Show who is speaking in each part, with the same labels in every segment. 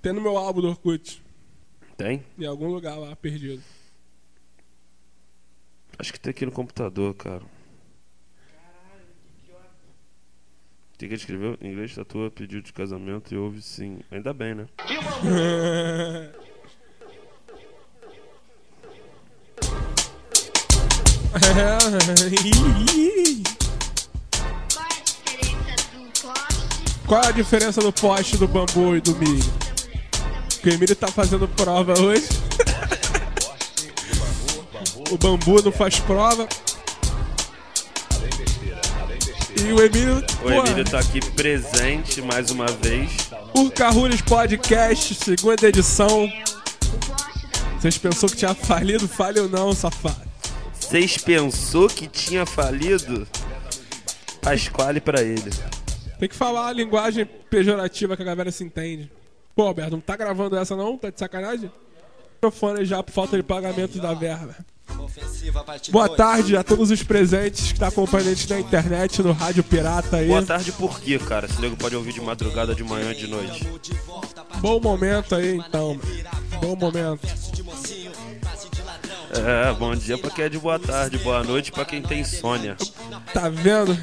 Speaker 1: Tem no meu álbum do Orkut.
Speaker 2: Tem?
Speaker 1: Em algum lugar lá, perdido.
Speaker 2: Acho que tem aqui no computador, cara. Tem que escreveu inglês, tatua, pediu de casamento e ouve sim. Ainda bem, né?
Speaker 3: Qual é
Speaker 1: Qual é
Speaker 3: a diferença do poste
Speaker 1: a diferença do poste do bambu e do milho?
Speaker 3: da mulher? Da mulher.
Speaker 1: Que o Emílio tá fazendo prova hoje. o bambu não faz prova. E o Emílio.
Speaker 2: O Emílio tá aqui presente mais uma vez.
Speaker 1: O Carrulhos Podcast, segunda edição.
Speaker 3: O poste da mulher.
Speaker 1: Vocês pensou que tinha falido? Falha ou não, safado?
Speaker 2: Vocês pensou que tinha falido? Pasquale pra ele.
Speaker 1: Tem que falar a linguagem pejorativa que a galera se entende. Pô, Alberto, não tá gravando essa não? Tá de sacanagem? Microfone já por falta de pagamento da verba.
Speaker 4: Ofensiva, parte
Speaker 1: Boa
Speaker 4: dois.
Speaker 1: tarde a todos os presentes que tá acompanhando a gente na internet, no Rádio Pirata aí.
Speaker 2: Boa tarde por quê, cara? Esse nego pode ouvir de madrugada, de manhã, de noite.
Speaker 4: De volta, parte
Speaker 1: Bom momento aí então. Bom momento.
Speaker 4: de mocinho, frase de ladrão.
Speaker 2: É, bom dia pra quem é de boa tarde, boa noite pra quem tem insônia.
Speaker 1: Tá vendo?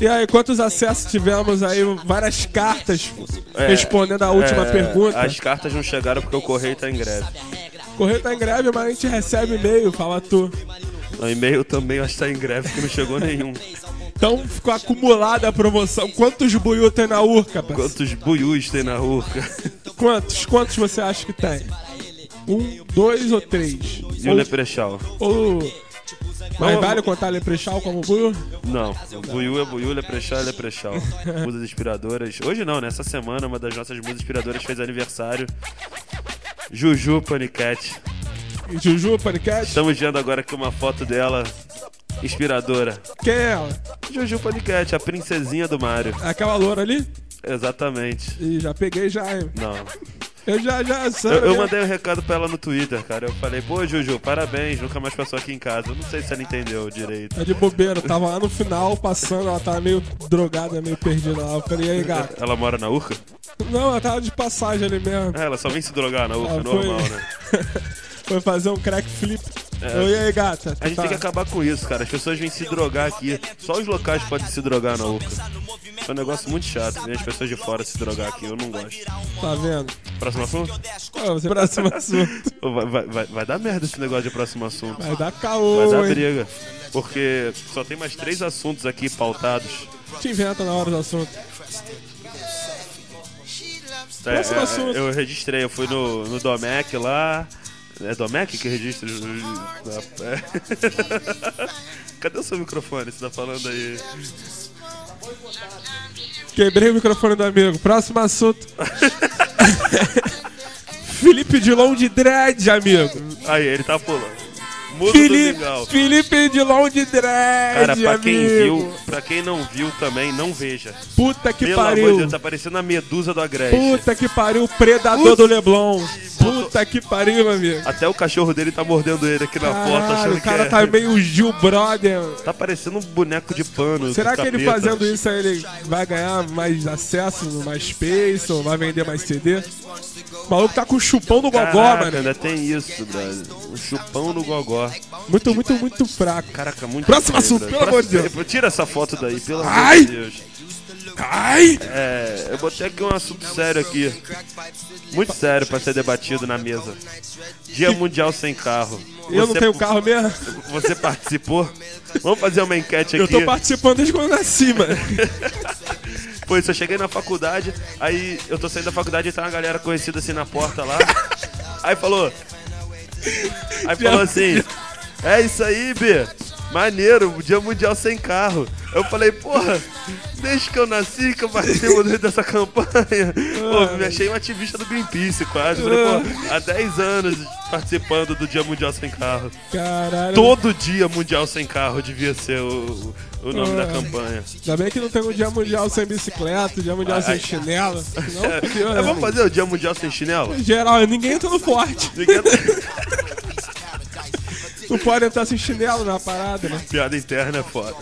Speaker 1: E aí, quantos acessos tivemos aí? Várias cartas
Speaker 2: É,
Speaker 1: respondendo a última
Speaker 2: é,
Speaker 1: pergunta.
Speaker 2: As cartas não chegaram porque o correio tá em greve.
Speaker 1: Correio tá em greve, mas a gente recebe e-mail, fala tu.
Speaker 2: O e-mail também acho que tá em greve porque não chegou nenhum.
Speaker 1: Então ficou acumulada a promoção. Quantos buiú tem na Urca, parceiro?
Speaker 2: Quantos buiús tem na rua?
Speaker 1: Quantos? Quantos você acha que tem? Um, dois ou três?
Speaker 2: E o Leprechal?
Speaker 1: Ou... Mas
Speaker 2: Não,
Speaker 1: vale contar Leprechal como buiú?
Speaker 2: Não, Buiú é Buiú, Leprechal é Leprechal. Musas inspiradoras. Hoje não, né? Essa semana uma das nossas musas inspiradoras fez aniversário. Juju Panicat.
Speaker 1: E Juju, Panicast?
Speaker 2: Estamos vendo agora aqui uma foto dela inspiradora.
Speaker 1: Quem é ela? É
Speaker 2: Juju Panicat, a princesinha do Mario.
Speaker 1: Aquela loura ali?
Speaker 2: Exatamente.
Speaker 1: Ih, já peguei já, hein?
Speaker 2: Não.
Speaker 1: Eu já, já, sério.
Speaker 2: Eu, eu
Speaker 1: mesmo.
Speaker 2: mandei um recado pra ela no Twitter, cara. Eu falei, pô, Juju, parabéns, nunca mais passou aqui em casa. Eu não sei se ela entendeu direito.
Speaker 1: É de bobeira, eu tava lá no final, passando, ela tava meio drogada, meio perdida lá. Eu falei, e aí, gato?
Speaker 2: É, Ela mora na Urca?
Speaker 1: Não, ela tava de passagem ali mesmo.
Speaker 2: Ah, ela só vem se drogar na Urca,
Speaker 1: Ela
Speaker 2: normal, né?
Speaker 1: foi fazer um crack flip. Eu, e aí, gata?
Speaker 2: É. A gente
Speaker 1: Tá.
Speaker 2: tem que acabar com isso, cara. As pessoas vêm se drogar aqui. Só os locais podem se drogar na UCA. Isso é um negócio muito chato, né? As pessoas de fora se drogar aqui. Eu não gosto.
Speaker 1: Tá vendo?
Speaker 2: Próximo assunto?
Speaker 1: Ó, você próximo assunto.
Speaker 2: Ô, Vai, vai- vai- vai dar merda esse negócio de próximo assunto.
Speaker 1: Vai dar
Speaker 2: Vai
Speaker 1: caô,
Speaker 2: dar
Speaker 1: hein?
Speaker 2: briga. Porque só tem mais três assuntos aqui pautados.
Speaker 1: Te inventa na hora do assunto.
Speaker 2: É,
Speaker 1: Próximo
Speaker 2: é,
Speaker 1: assunto.
Speaker 2: eu registrei, eu fui no, no Domec lá. É Domec que registra? os- os- é. Cadê o seu microfone? Você tá falando aí.
Speaker 1: Quebrei o microfone do amigo. Próximo assunto. Felipe Dilon de Dread, amigo.
Speaker 2: Aí, ele tá pulando. Muro do
Speaker 1: Felipe,
Speaker 2: mingau.
Speaker 1: Felipe Dilon de Dread,
Speaker 2: Cara, pra
Speaker 1: amigo.
Speaker 2: quem viu, pra quem não viu também, não veja.
Speaker 1: Puta que
Speaker 2: Pelo amor de
Speaker 1: pariu.
Speaker 2: Deus, tá parecendo a medusa do Agreste.
Speaker 1: Puta que pariu, predador do Leblon. Puta que pariu, amigo.
Speaker 2: Até o cachorro dele tá mordendo ele aqui na porta,
Speaker 1: Caralho,
Speaker 2: achando
Speaker 1: o cara
Speaker 2: que
Speaker 1: tá
Speaker 2: é.
Speaker 1: meio Gil Brother.
Speaker 2: Tá parecendo um boneco de pano.
Speaker 1: Será
Speaker 2: do
Speaker 1: que ele
Speaker 2: capeta.
Speaker 1: fazendo isso aí ele vai ganhar mais acesso no MySpace ou vai vender mais CD? O maluco tá com o chupão no
Speaker 2: Caraca, né?
Speaker 1: gogó, mano.
Speaker 2: ainda tem isso, brother. Um chupão no gogó.
Speaker 1: Muito, muito, muito fraco.
Speaker 2: Caraca, muito
Speaker 1: Próximo
Speaker 2: feio,
Speaker 1: assunto,
Speaker 2: brother.
Speaker 1: pelo amor de
Speaker 2: Próximo- Tira essa foto daí, pelo amor
Speaker 1: Ai!
Speaker 2: de Deus.
Speaker 1: Ai!
Speaker 2: É, eu botei aqui um assunto sério aqui. Muito sério pra ser debatido na mesa. Dia Mundial Sem Carro.
Speaker 1: Eu não
Speaker 2: Você-
Speaker 1: tenho carro mesmo?
Speaker 2: Você participou? Vamos fazer uma enquete
Speaker 1: Eu
Speaker 2: aqui.
Speaker 1: tô participando desde quando eu nasci, mano.
Speaker 2: Foi isso, eu cheguei na faculdade, aí eu tô saindo da faculdade e tá uma galera conhecida assim na porta lá. Aí falou. Aí falou assim: É isso aí, B. Maneiro, o dia mundial sem carro. Eu falei, porra, desde que eu nasci que eu participo dessa campanha. Pô, me achei um ativista do Greenpeace quase. Eu Falei, pô, há 10 anos participando do dia mundial sem carro.
Speaker 1: Ah. Caralho.
Speaker 2: Todo dia Mundial Sem Carro devia ser o, o nome da campanha.
Speaker 1: Ainda bem que não tem um dia mundial sem bicicleta, um dia mundial sem chinelo. Não, fudeu,
Speaker 2: É,
Speaker 1: né?
Speaker 2: vamos fazer o Dia Mundial Sem Chinelo?
Speaker 1: Geral, ninguém entra no forte.
Speaker 2: Ninguém- tá-
Speaker 1: Não pode entrar sem chinelo na parada, né?
Speaker 2: Piada interna é foda.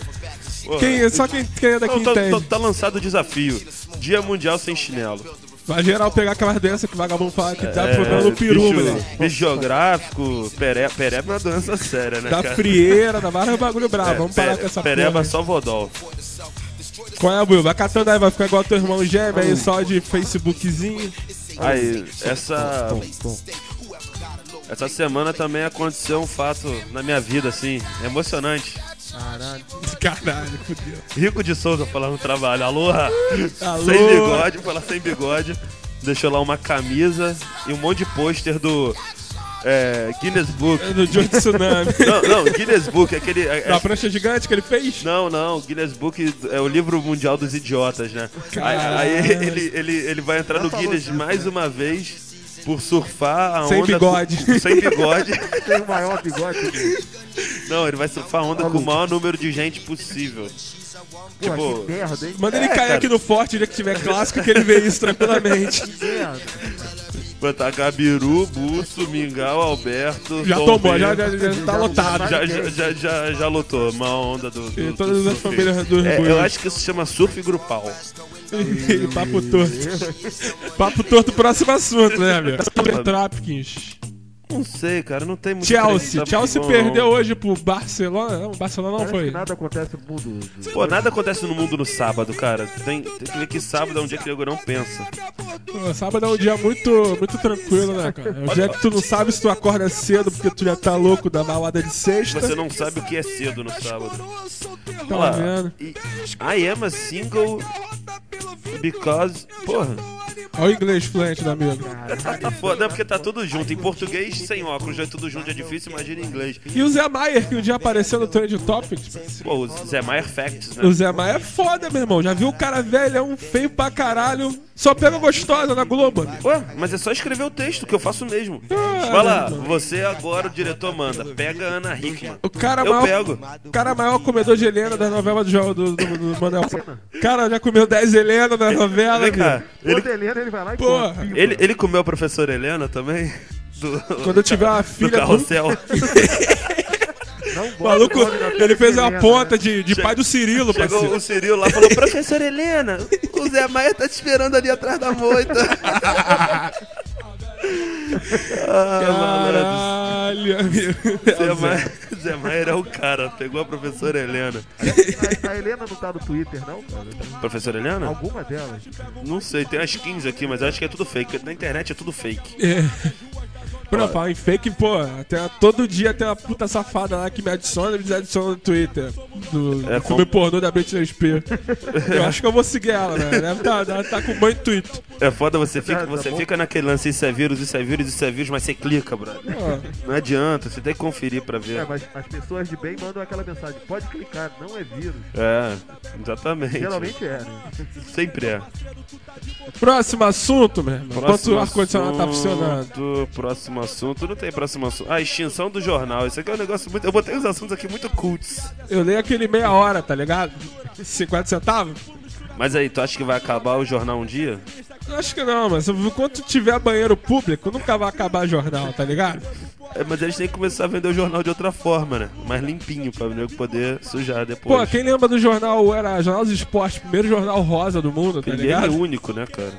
Speaker 2: Porra.
Speaker 1: Quem, só quem, quem é daqui
Speaker 2: Não, tá,
Speaker 1: entende.
Speaker 2: tá- tá lançado o desafio. Dia Mundial Sem Chinelo.
Speaker 1: Vai geral pegar aquelas doenças que o vagabundo fala que dá problema
Speaker 2: É,
Speaker 1: no Tá peru,
Speaker 2: bicho,
Speaker 1: moleque.
Speaker 2: bicho geográfico, pere- pereba é uma doença séria, né,
Speaker 1: Da
Speaker 2: cara?
Speaker 1: Tá frieira, da vários um bagulho bravo.
Speaker 2: É,
Speaker 1: Vamos parar
Speaker 2: pere-
Speaker 1: com essa
Speaker 2: Pereba
Speaker 1: porra.
Speaker 2: só vodol.
Speaker 1: Qual é, Will? Vai catando aí, vai ficar igual teu irmão gêmeo aí, só de Facebookzinho.
Speaker 2: Aí, essa. Essa semana também aconteceu um fato na minha vida, assim, emocionante.
Speaker 1: Caralho. Caralho, fudeu.
Speaker 2: Rico de Souza falando trabalho. Alô?
Speaker 1: Alô?
Speaker 2: Sem bigode, falar sem bigode. Deixou lá uma camisa e um monte de pôster do é, Guinness Book.
Speaker 1: É do Joe Tsunami.
Speaker 2: Não, não, Guinness Book, aquele. é- é-
Speaker 1: Da prancha gigante que ele fez?
Speaker 2: Não, não, Guinness Book é o livro mundial dos idiotas, né? Aí,
Speaker 1: Caralho.
Speaker 2: aí ele, ele, ele vai entrar no Guinness mais uma vez por surfar a
Speaker 1: Sem
Speaker 2: onda.
Speaker 1: bigode.
Speaker 2: com- sem bigode.
Speaker 5: Tem o maior bigode do
Speaker 2: Não, ele vai surfar a onda com o maior número de gente possível.
Speaker 5: Pô,
Speaker 2: Tipo,
Speaker 5: que merda, hein?
Speaker 1: Manda ele
Speaker 2: É,
Speaker 1: cair
Speaker 2: cara.
Speaker 1: aqui no forte o dia que tiver clássico que ele vê isso tranquilamente.
Speaker 5: Que merda.
Speaker 2: botar Gabiru, Busso, Mingau, Alberto.
Speaker 1: Já
Speaker 2: Tom
Speaker 1: tomou,
Speaker 2: B.
Speaker 1: já, já, já tá lotado.
Speaker 2: Já, já, já, já, já lotou, uma onda do. do
Speaker 1: E todas
Speaker 2: do
Speaker 1: as
Speaker 2: surf.
Speaker 1: famílias do
Speaker 2: É,
Speaker 1: orgulho.
Speaker 2: eu acho que isso chama surf grupal.
Speaker 1: E Papo torto. Papo torto, próximo assunto, né,
Speaker 2: Tá
Speaker 1: meu? Super Trapkins.
Speaker 2: Não sei, cara, não tem muito.
Speaker 1: Chelsea.
Speaker 2: trem, tá
Speaker 1: Chelsea
Speaker 2: bom,
Speaker 1: perdeu
Speaker 2: não.
Speaker 1: hoje pro Barcelona. Não, Barcelona não
Speaker 5: Parece
Speaker 1: foi.
Speaker 5: que nada acontece no mundo. hoje.
Speaker 2: Pô, nada acontece no mundo no sábado, cara. Tem, tem que ver que sábado é um dia que o nego não pensa.
Speaker 1: Pô, sábado é um dia muito, muito tranquilo, né, cara? É um dia que tu não sabe se tu acorda cedo porque tu já tá louco da balada de sexta.
Speaker 2: Você não sabe o que é cedo no sábado.
Speaker 1: Tá vendo?
Speaker 2: e I am a single because. Porra,
Speaker 1: Olha o inglês fluente do amigo.
Speaker 2: tá foda, é porque tá tudo junto. Em português, sem óculos, já é tudo junto, é difícil, imagina em inglês.
Speaker 1: E o Zé Maier, que um dia apareceu no Trend Topics.
Speaker 2: Pô, o Zé Maier Facts, né?
Speaker 1: O Zé Maier é foda, meu irmão. Já viu o cara velho, é um feio pra caralho. Só pega gostosa na Globo, amigo.
Speaker 2: Ué, mas é só escrever o texto, que eu faço mesmo.
Speaker 1: Ah,
Speaker 2: Vai lá,
Speaker 1: mano.
Speaker 2: você agora, o diretor manda. Pega a Ana Hickman.
Speaker 1: O cara
Speaker 2: Eu
Speaker 1: maior,
Speaker 2: pego.
Speaker 1: O cara maior comedor de Helena da novela do, João- do, do, do Manuel. O cara já comeu 10 Helena na novela,
Speaker 2: Vem cá,
Speaker 1: amigo.
Speaker 2: ele,
Speaker 5: Quando ele entra, ele vai lá e
Speaker 1: Porra.
Speaker 5: confirma.
Speaker 2: ele, ele comeu a professora Helena também? Do,
Speaker 1: Quando eu tiver uma
Speaker 2: do
Speaker 1: filha. nunca-
Speaker 2: carrossel.
Speaker 5: Não
Speaker 1: O
Speaker 5: bota
Speaker 1: maluco,
Speaker 5: o nome da
Speaker 1: ele fez uma
Speaker 5: Helena,
Speaker 1: ponta
Speaker 5: né?
Speaker 1: de, de
Speaker 2: Chega-
Speaker 1: pai do Cirilo,
Speaker 2: Chegou o
Speaker 1: parceiro.
Speaker 2: Cirilo lá e falou: Professora Helena, o Zé Maia tá te esperando ali atrás da moita. ah, malandro.
Speaker 1: Caralho, amigo.
Speaker 2: Zé Maia, Zé Maia era o cara, pegou a professora Helena.
Speaker 5: A, a Helena não tá no Twitter, não, cara?
Speaker 2: Professora Helena?
Speaker 5: Alguma delas.
Speaker 2: Não sei, tem umas 15 aqui, mas acho que é tudo fake. porque Na internet é tudo fake.
Speaker 1: É. Pra falar em fake, pô, até todo dia tem uma puta safada lá que me adiciona e me adiciona no Twitter. Do
Speaker 2: É,
Speaker 1: do filme
Speaker 2: com-
Speaker 1: pornô da B3P. Eu acho que eu vou seguir ela, velho. Deve tá, ela tá com banho de Twitter.
Speaker 2: É foda, você
Speaker 5: Tá,
Speaker 2: fica,
Speaker 5: tá
Speaker 2: você
Speaker 5: bom.
Speaker 2: fica naquele lance: isso é vírus, isso é vírus, isso é vírus, mas você clica, brother.
Speaker 1: Pô,
Speaker 2: Não adianta, você tem que conferir pra ver.
Speaker 5: É, mas as pessoas de bem mandam aquela mensagem. Pode clicar, não é vírus.
Speaker 2: É, exatamente.
Speaker 5: Geralmente é, né?
Speaker 2: Sempre é.
Speaker 1: Próximo assunto, meu irmão. Enquanto o ar-condicionado tá funcionando.
Speaker 2: assunto, Próximo assunto. Não tem próximo assunto. Ah, extinção do jornal. Isso aqui é um negócio muito. Eu botei uns assuntos aqui muito cults.
Speaker 1: Eu leio aquele meia hora, tá ligado? 50 centavos?
Speaker 2: Mas aí, tu acha que vai acabar o jornal um dia?
Speaker 1: Eu Acho que não, mas enquanto tiver banheiro público, nunca vai acabar jornal, tá ligado?
Speaker 2: É, mas eles têm que começar a vender o jornal de outra forma, né? Mais limpinho, pra o nego poder sujar
Speaker 1: Pô,
Speaker 2: depois.
Speaker 1: quem lembra do jornal, era Jornal dos Esportes, primeiro jornal rosa do mundo, tá
Speaker 2: Ele é
Speaker 1: ligado?
Speaker 2: único, né, cara?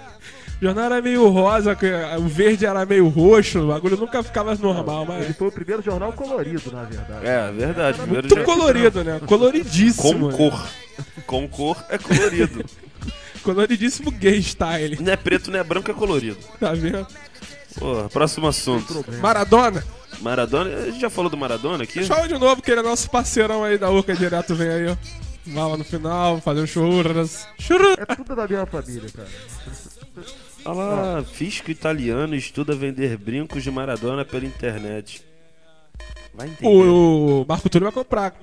Speaker 1: O jornal era meio rosa, que o verde era meio roxo, o bagulho nunca ficava normal,
Speaker 5: Ele
Speaker 1: mas.
Speaker 5: foi o primeiro jornal colorido, na verdade.
Speaker 2: É, verdade. Primeiro
Speaker 1: Muito
Speaker 2: já-
Speaker 1: colorido, né?
Speaker 2: Com
Speaker 1: Coloridíssimo. né?
Speaker 2: cor. Com cor é colorido.
Speaker 1: Coloridíssimo gay style,
Speaker 2: não é preto, não é branco, é colorido.
Speaker 1: tá vendo?
Speaker 2: Pô, próximo assunto.
Speaker 1: Maradona,
Speaker 2: Maradona. A gente já falou do Maradona aqui?
Speaker 1: show de novo, que ele é nosso parceirão aí da Urca direto, vem aí, ó. Lá no final, fazer um churras. Churras!
Speaker 5: É tudo da minha família, cara.
Speaker 2: Olha
Speaker 1: Ah.
Speaker 2: lá, fisco italiano estuda vender brincos de Maradona pela internet. Vai entender.
Speaker 1: O, o Marco Túlio vai comprar.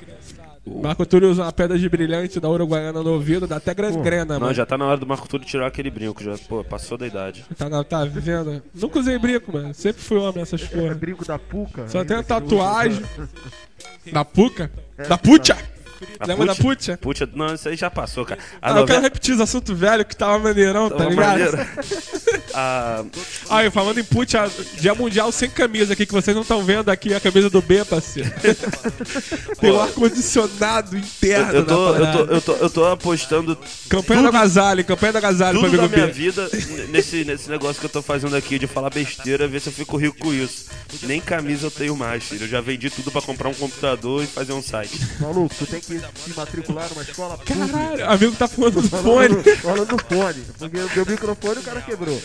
Speaker 1: O Marco Túlio usa uma pedra de brilhante da Uruguaiana no ouvido, dá até gangrena,
Speaker 2: Não,
Speaker 1: né, mano.
Speaker 2: já tá na hora do Marco Túlio tirar aquele brinco, já, pô, passou da idade.
Speaker 1: Tá, na- tá vendo? Nunca usei brinco, mano. Sempre fui homem nessas
Speaker 5: É
Speaker 1: porra.
Speaker 5: brinco da puca.
Speaker 1: Só
Speaker 5: ainda
Speaker 1: tem a
Speaker 5: que usa.
Speaker 1: tatuagem. Da puca? Da puta?
Speaker 2: A
Speaker 1: Lembra da Putia?
Speaker 2: Putia, não, isso aí já passou, cara. A
Speaker 1: Ah, eu quero
Speaker 2: novela
Speaker 1: repetir os assuntos velhos que tava maneirão, tá
Speaker 2: né? tava
Speaker 1: ligado?
Speaker 2: maneira. Ah, A-
Speaker 1: Aí, falando em put, a- dia mundial sem camisa aqui, que vocês não estão vendo aqui, a camisa do B, parceiro. Tem um ar-condicionado interno
Speaker 2: eu, tô,
Speaker 1: na
Speaker 2: eu,
Speaker 1: parada.
Speaker 2: tô, eu, tô, eu tô apostando
Speaker 1: Campanha da Gasalho, campanha da Gasalho pro
Speaker 2: tudo da
Speaker 1: amigo
Speaker 2: minha
Speaker 1: B.
Speaker 2: vida n- nesse, nesse negócio que eu tô fazendo aqui de falar besteira, ver se eu fico rico com isso. Nem camisa eu tenho mais, filho. Eu já vendi tudo pra comprar um computador e fazer um site.
Speaker 5: Maluco, tu tem que se matricular numa escola pública.
Speaker 1: Caralho, amigo tá falando do
Speaker 5: Falando,
Speaker 1: fone.
Speaker 5: falando do fone, porque o meu microfone o cara quebrou.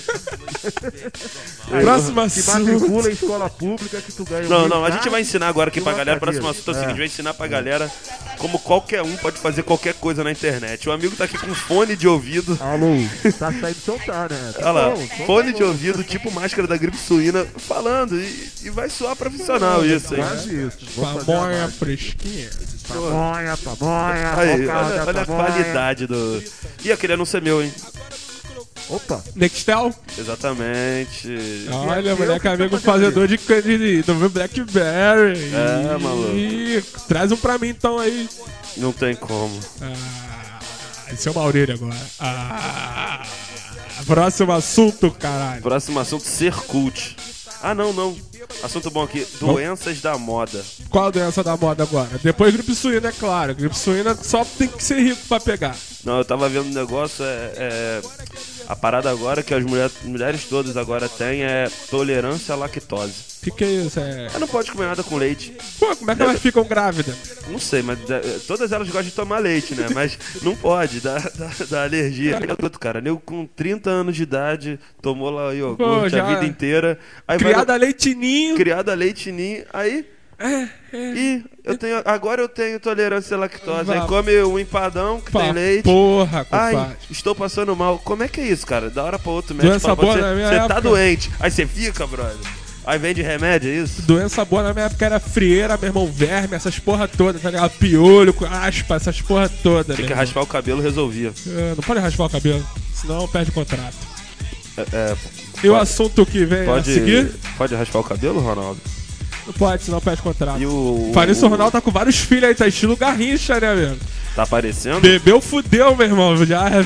Speaker 1: Próximo
Speaker 5: Se
Speaker 1: assunto.
Speaker 5: matricula em escola pública que tu ganha um
Speaker 2: Não, não, a
Speaker 5: mil
Speaker 2: gente vai ensinar agora aqui pra
Speaker 5: Uma
Speaker 2: galera.
Speaker 5: cadeira.
Speaker 2: Próximo assunto é o seguinte:
Speaker 5: É.
Speaker 2: vai ensinar pra galera como qualquer um pode fazer qualquer coisa na internet. O amigo tá aqui com fone de ouvido.
Speaker 5: Alô, tá saindo soltar, né?
Speaker 2: Olha lá,
Speaker 5: Bom, bom,
Speaker 2: fone
Speaker 5: bom.
Speaker 2: de ouvido, tipo máscara da gripe suína, falando. E, e vai soar profissional isso aí.
Speaker 5: Quase isso. Vamos fazer a
Speaker 1: Pamonha
Speaker 5: análise.
Speaker 1: fresquinha.
Speaker 5: Pamonha, pamonha,
Speaker 2: Aí,
Speaker 5: bocal
Speaker 2: olha,
Speaker 5: da
Speaker 2: olha a
Speaker 5: pamonha.
Speaker 2: qualidade do. Ih, aquele anúncio é meu, hein?
Speaker 5: Opa,
Speaker 1: Nextel?
Speaker 2: Exatamente.
Speaker 1: Olha,
Speaker 5: eu
Speaker 1: moleque,
Speaker 5: que tô
Speaker 1: amigo
Speaker 5: fazendo
Speaker 1: fazedor de candy do meu Blackberry.
Speaker 2: É, maluco.
Speaker 1: Ih, Traz um pra mim então aí.
Speaker 2: Não tem como.
Speaker 1: Ah, esse é o Maurílio agora. Ah, próximo assunto, caralho.
Speaker 2: Próximo assunto: ser cult. Ah, não, não. Assunto bom aqui: doenças da moda.
Speaker 1: Qual a doença da moda agora? Depois gripe suína, é claro. Gripe suína só tem que ser rico pra pegar.
Speaker 2: Não, eu tava vendo um negócio, é, é- a parada agora que as mulher- mulheres todas agora têm é tolerância à lactose.
Speaker 1: O que, que é isso? É...
Speaker 2: Ela não pode comer nada com leite.
Speaker 1: Pô, como é que elas ficam grávidas?
Speaker 2: Não sei, mas é, todas elas gostam de tomar leite, né? Mas não pode, dá, dá, dá alergia. Outro cara, eu com 30 anos de idade, tomou lá iogurte
Speaker 1: Pô, já-
Speaker 2: a vida inteira. Aí vai
Speaker 1: Criada
Speaker 2: no-
Speaker 1: a leitinho.
Speaker 2: É, criada a leite ninho, aí...
Speaker 1: É,
Speaker 2: Ih, eu tenho, agora eu tenho tolerância à lactose. Aí
Speaker 1: Vá.
Speaker 2: come um empadão que tem
Speaker 1: Pá,
Speaker 2: leite.
Speaker 1: Porra,
Speaker 2: Ai,
Speaker 1: compadre.
Speaker 2: estou passando mal. Como é que é isso, cara? Da hora pra outro médico
Speaker 1: Doença
Speaker 2: fala,
Speaker 1: boa
Speaker 2: você,
Speaker 1: na minha
Speaker 2: você tá
Speaker 1: época."
Speaker 2: doente. Aí você fica, brother. Aí vende remédio, é isso?
Speaker 1: Doença boa na minha época era frieira, meu irmão, verme, essas porra toda, tá ligado? Piolho, aspa, essas porra toda,
Speaker 2: Tem
Speaker 1: meu
Speaker 2: que
Speaker 1: irmão.
Speaker 2: raspar o cabelo, resolvia.
Speaker 1: Ah, Não pode raspar o cabelo, senão perde o contrato.
Speaker 2: É, é,
Speaker 1: E o assunto que vem a seguir?
Speaker 2: pode, pode raspar o cabelo, Ronaldo?
Speaker 1: Não pode, senão perde contrato.
Speaker 2: E o.
Speaker 1: Fala isso,
Speaker 2: o-
Speaker 1: o Ronaldo tá com vários filhos aí, tá estilo Garrincha, né, meu?
Speaker 2: Tá aparecendo?
Speaker 1: Bebeu, fudeu, meu irmão. Já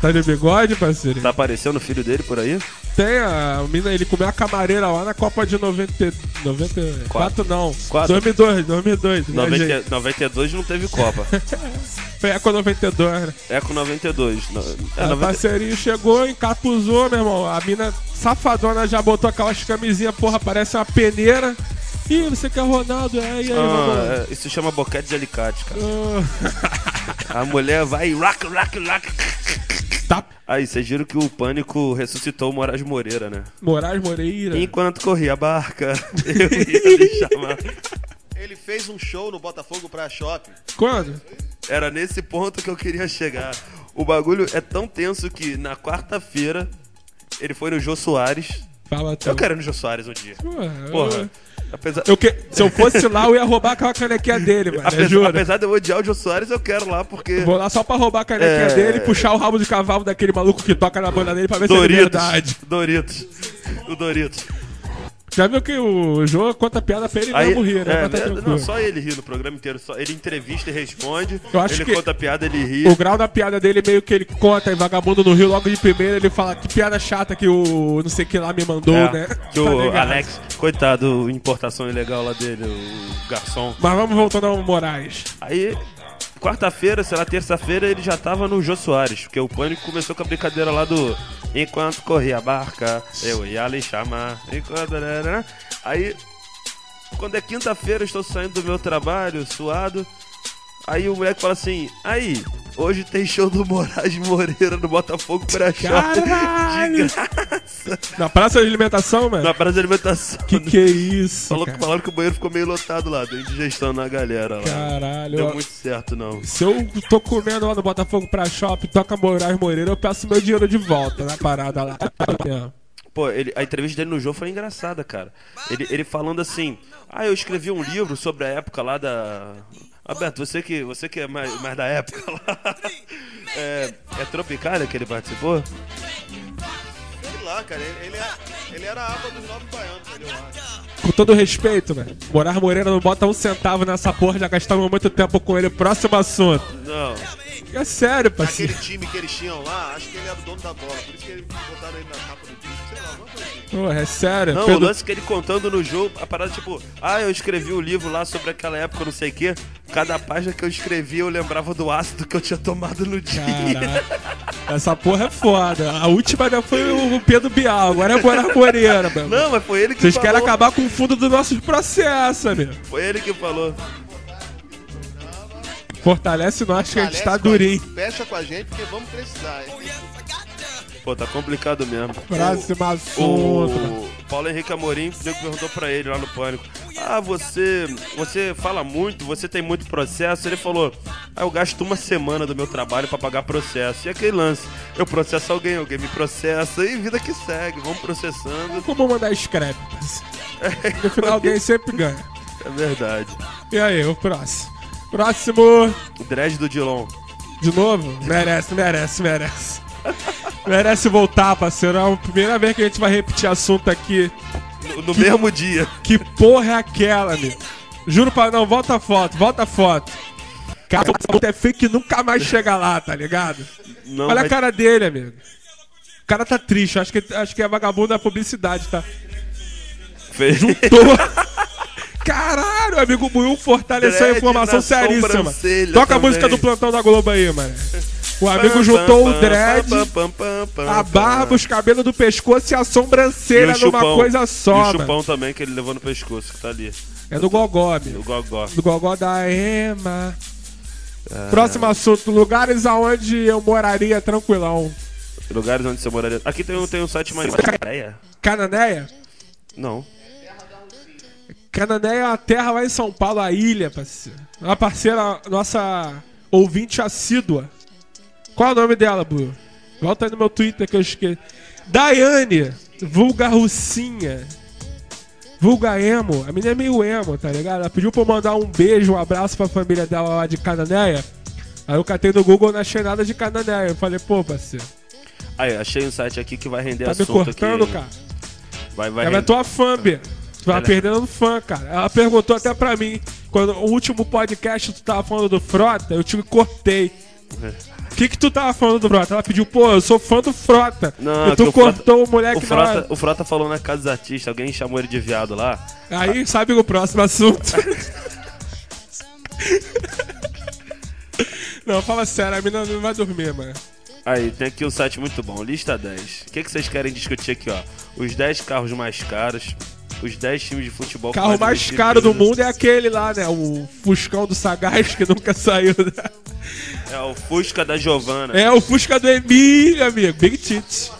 Speaker 1: tá de bigode, parceiro.
Speaker 2: Tá aparecendo o filho dele por aí?
Speaker 1: Tem a a mina, ele comeu a camareira lá na Copa de 90, 94,
Speaker 2: Quatro.
Speaker 1: não.
Speaker 2: Quatro.
Speaker 1: 2002, 2002. viajei.
Speaker 2: 90, 92 não teve Copa. É
Speaker 1: Foi Eco 92, né?
Speaker 2: Eco 92. No, é,
Speaker 1: a
Speaker 2: 90,
Speaker 1: parceirinha chegou, encapuzou, meu irmão. A mina safadona já botou aquelas camisinhas, porra, parece uma peneira. Ih, você quer Ronaldo? É, e aí, Ronaldo?
Speaker 2: ah, é, isso chama boquete de alicate, cara.
Speaker 1: Ah,
Speaker 2: A mulher vai rock, rock, rock.
Speaker 1: Tá.
Speaker 2: Aí, vocês viram que o pânico ressuscitou o Moraes Moreira, né?
Speaker 1: Moraes Moreira.
Speaker 2: Enquanto corria a barca, eu ia lhe chamar.
Speaker 6: Ele fez um show no Botafogo pra shopping.
Speaker 1: Quando?
Speaker 2: Era nesse ponto que eu queria chegar. O bagulho é tão tenso que na quarta-feira ele foi no Jô Soares.
Speaker 1: Fala, tu.
Speaker 2: Eu quero ir no Jô Soares um dia.
Speaker 1: Porra,
Speaker 2: Porra. Apesar,
Speaker 1: Eu que... Se eu fosse lá, eu ia roubar aquela canequinha dele, mano.
Speaker 2: apesar,
Speaker 1: eu juro.
Speaker 2: apesar de eu odiar o Jô Soares, eu quero lá porque.
Speaker 1: Vou lá só pra roubar a canequinha
Speaker 2: É.
Speaker 1: dele e puxar o rabo de cavalo daquele maluco que toca na banda dele pra ver se é
Speaker 2: Doritos.
Speaker 1: verdade.
Speaker 2: Doritos. O Doritos.
Speaker 1: Já viu que o João conta piada pra ele e
Speaker 2: Aí,
Speaker 1: mesmo rir, né?
Speaker 2: é,
Speaker 1: Mas tá
Speaker 2: né, não,
Speaker 1: tranquilo.
Speaker 2: só ele ri no programa inteiro. Só, ele entrevista e responde.
Speaker 1: Eu acho
Speaker 2: ele
Speaker 1: que-
Speaker 2: conta piada, ele ri.
Speaker 1: O grau da piada dele meio que ele conta em Vagabundo no Rio logo de primeira, ele fala que piada chata que o não sei que lá me mandou,
Speaker 2: É,
Speaker 1: né?
Speaker 2: Que
Speaker 1: Tá
Speaker 2: o
Speaker 1: ligado?
Speaker 2: Alex, coitado, importação ilegal lá dele, o garçom.
Speaker 1: Mas vamos voltando ao Moraes.
Speaker 2: Aí, quarta-feira, sei lá, terça-feira, ele já tava no Jô Soares, porque o pânico começou com a brincadeira lá do Enquanto corria a barca, eu ia lhe chamar. Enquanto. né, Aí, quando é quinta-feira, eu estou saindo do meu trabalho, suado. Aí o moleque fala assim: Aí, hoje tem show do Moraes Moreira no Botafogo pra shopping.
Speaker 1: Caralho! Na praça de alimentação, mano?
Speaker 2: Na praça de alimentação.
Speaker 1: Que que é isso?
Speaker 2: Falou que,
Speaker 1: cara?
Speaker 2: falaram que o banheiro ficou meio lotado lá, deu indigestão na galera lá.
Speaker 1: Caralho,
Speaker 2: Deu
Speaker 1: ó.
Speaker 2: muito certo, não.
Speaker 1: Se eu tô comendo lá no Botafogo pra shopping, toca Moraes Moreira, eu peço meu dinheiro de volta na parada lá.
Speaker 2: Pô, ele- a entrevista dele no jogo foi engraçada, cara. Ele, ele falando assim, ah, eu escrevi um livro sobre a época lá da... Alberto, você que, você que é mais, mais da época lá. É, é Tropicália que ele participou?
Speaker 6: Sei lá, cara. Ele, ele é- ele era a aba dos novos baianos, entendeu?
Speaker 1: Com todo respeito, velho. Morar Moreira não bota um centavo nessa porra, já gastamos muito tempo com ele. Próximo assunto.
Speaker 2: Não.
Speaker 1: É sério,
Speaker 6: Aquele
Speaker 1: parceiro.
Speaker 6: time que eles tinham lá, acho que ele era o dono da bola. Por isso que eles botaram ele na capa do disco, sei lá, alguma coisa assim.
Speaker 1: Porra, é sério.
Speaker 2: Não, o
Speaker 1: Pedro-
Speaker 2: lance que ele contando no jogo, a parada tipo, ah, eu escrevi o livro lá sobre aquela época, não sei o quê. Cada página que eu escrevia, eu lembrava do ácido que eu tinha tomado no dia.
Speaker 1: Caraca. Essa porra é foda. A última já foi o Pedro Bial, agora é o Morar Moreira, meu.
Speaker 2: Não, mas foi ele que
Speaker 1: Vocês
Speaker 2: falou.
Speaker 1: querem acabar com o fundo dos nossos processos, amigo.
Speaker 2: Foi ele que falou.
Speaker 1: Fortalece nós que a gente tá
Speaker 6: Alex,
Speaker 1: durinho.
Speaker 6: Fecha com a gente porque vamos precisar, hein?
Speaker 2: Pô, tá complicado mesmo.
Speaker 1: Próximo
Speaker 2: O
Speaker 1: assunto. mano.
Speaker 2: Paulo Henrique Amorim, o nego perguntou pra ele lá no Pânico. Ah, você, você fala muito, você tem muito processo. Ele falou, ah, eu gasto uma semana do meu trabalho pra pagar processo. E aquele lance, eu processo alguém, alguém me processa. E vida que segue, vamos processando.
Speaker 1: Como mandar scrap, parceiro. No final alguém sempre ganha.
Speaker 2: É verdade.
Speaker 1: E aí, o próximo? Próximo,
Speaker 2: O dread do Dilon.
Speaker 1: de novo? Merece, merece, merece. Merece voltar, parceiro. É a primeira vez que a gente vai repetir assunto aqui.
Speaker 2: No, no mesmo dia.
Speaker 1: Que porra é aquela, amigo? Juro pra não, volta a foto, volta a foto. Cara, essa puta é fake e nunca mais chega lá, tá ligado?
Speaker 2: Não, é
Speaker 1: Olha
Speaker 2: mas-
Speaker 1: a cara dele, amigo. O cara tá triste, acho que, acho que é vagabundo da publicidade, tá?
Speaker 2: Fez.
Speaker 1: Tô... Caralho, amigo Buiu fortaleceu a
Speaker 2: Dread
Speaker 1: informação
Speaker 2: na
Speaker 1: seríssima.
Speaker 2: sobrancelha
Speaker 1: Toca a
Speaker 2: também.
Speaker 1: música do plantão da Globo aí, mano. O amigo juntou o dread,
Speaker 2: pam, pam, pam,
Speaker 1: a
Speaker 2: pam.
Speaker 1: barba, os cabelos do pescoço e a sobrancelha
Speaker 2: E o
Speaker 1: numa
Speaker 2: chupão.
Speaker 1: coisa
Speaker 2: E
Speaker 1: só,
Speaker 2: o
Speaker 1: mano.
Speaker 2: chupão também que ele levou no pescoço, que tá ali.
Speaker 1: É do Gogó, amigo.
Speaker 2: O gogó.
Speaker 1: do Gogó da Ema.
Speaker 2: Ah.
Speaker 1: Próximo assunto: lugares aonde eu moraria tranquilão.
Speaker 2: Lugares onde você moraria. Aqui tem, um- tem um site mais. Careia?
Speaker 1: Cananéia?
Speaker 2: Não.
Speaker 1: Cananéia é uma terra lá em São Paulo, a ilha, parceiro. Uma parceira, nossa ouvinte assídua. Qual é o nome dela, Bu? Volta aí no meu Twitter que eu esqueci. Daiane, vulga Russinha. Vulga emo. A menina é meio emo, tá ligado? Ela pediu pra eu mandar um beijo, um abraço pra família dela lá de Cananéia. Aí eu catei no Google, não achei nada de Cananéia. Eu falei, pô, parceiro,
Speaker 2: Aí, achei um site aqui que vai render
Speaker 1: tá me
Speaker 2: assunto
Speaker 1: cortando,
Speaker 2: aqui.
Speaker 1: cara?
Speaker 2: Vai, vai
Speaker 1: Ela é
Speaker 2: render.
Speaker 1: tua fã, Bia. Tu vai
Speaker 2: Ela- é.
Speaker 1: perdendo um fã, cara. Ela perguntou até pra mim, quando o último podcast tu tava falando do Frota, eu te cortei.
Speaker 2: É.
Speaker 1: O que que tu tava falando do Frota? Ela pediu, pô, eu sou fã do Frota.
Speaker 2: Não,
Speaker 1: e tu
Speaker 2: que o
Speaker 1: cortou
Speaker 2: Frota-
Speaker 1: o moleque é.
Speaker 2: o
Speaker 1: na hora.
Speaker 2: Frota, o Frota falou na casa dos artistas, alguém chamou ele de viado lá.
Speaker 1: Aí sabe o próximo assunto. Não, fala sério, a mina não vai dormir, mano.
Speaker 2: Aí, tem aqui um site muito bom, lista 10. O que, que vocês querem discutir aqui, ó? Os 10 carros mais caros, os 10 times de futebol
Speaker 1: O carro mais caro do mundo é aquele lá, né? O Fuscão do Sagaz que nunca saiu. Né?
Speaker 2: é. É o Fusca da Giovana.
Speaker 1: É o Fusca do Emílio, amigo. Big Tits.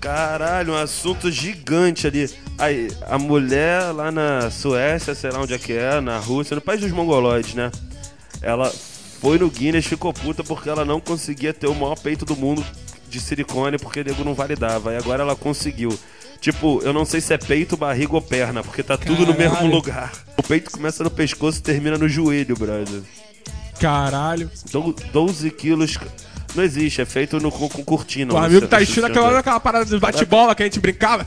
Speaker 2: Caralho, um assunto gigante ali. Aí, a mulher lá na Suécia, sei lá onde é que é, na Rússia, no país dos mongoloides, né? Ela foi no Guinness, ficou puta porque ela não conseguia ter o maior peito do mundo de silicone porque o nego não validava. E agora ela conseguiu. Tipo, eu não sei se é peito, barriga ou perna, porque tá tudo no mesmo
Speaker 1: Caralho.
Speaker 2: lugar. O peito começa no pescoço e termina no joelho, brother.
Speaker 1: Caralho.
Speaker 2: Dou- 12 quilos. Não existe, é feito no, com, com cortina.
Speaker 1: O
Speaker 2: né?
Speaker 1: amigo tá
Speaker 2: Você-
Speaker 1: enchendo
Speaker 2: você-
Speaker 1: aquela, aquela parada de bate-bola que a gente brincava.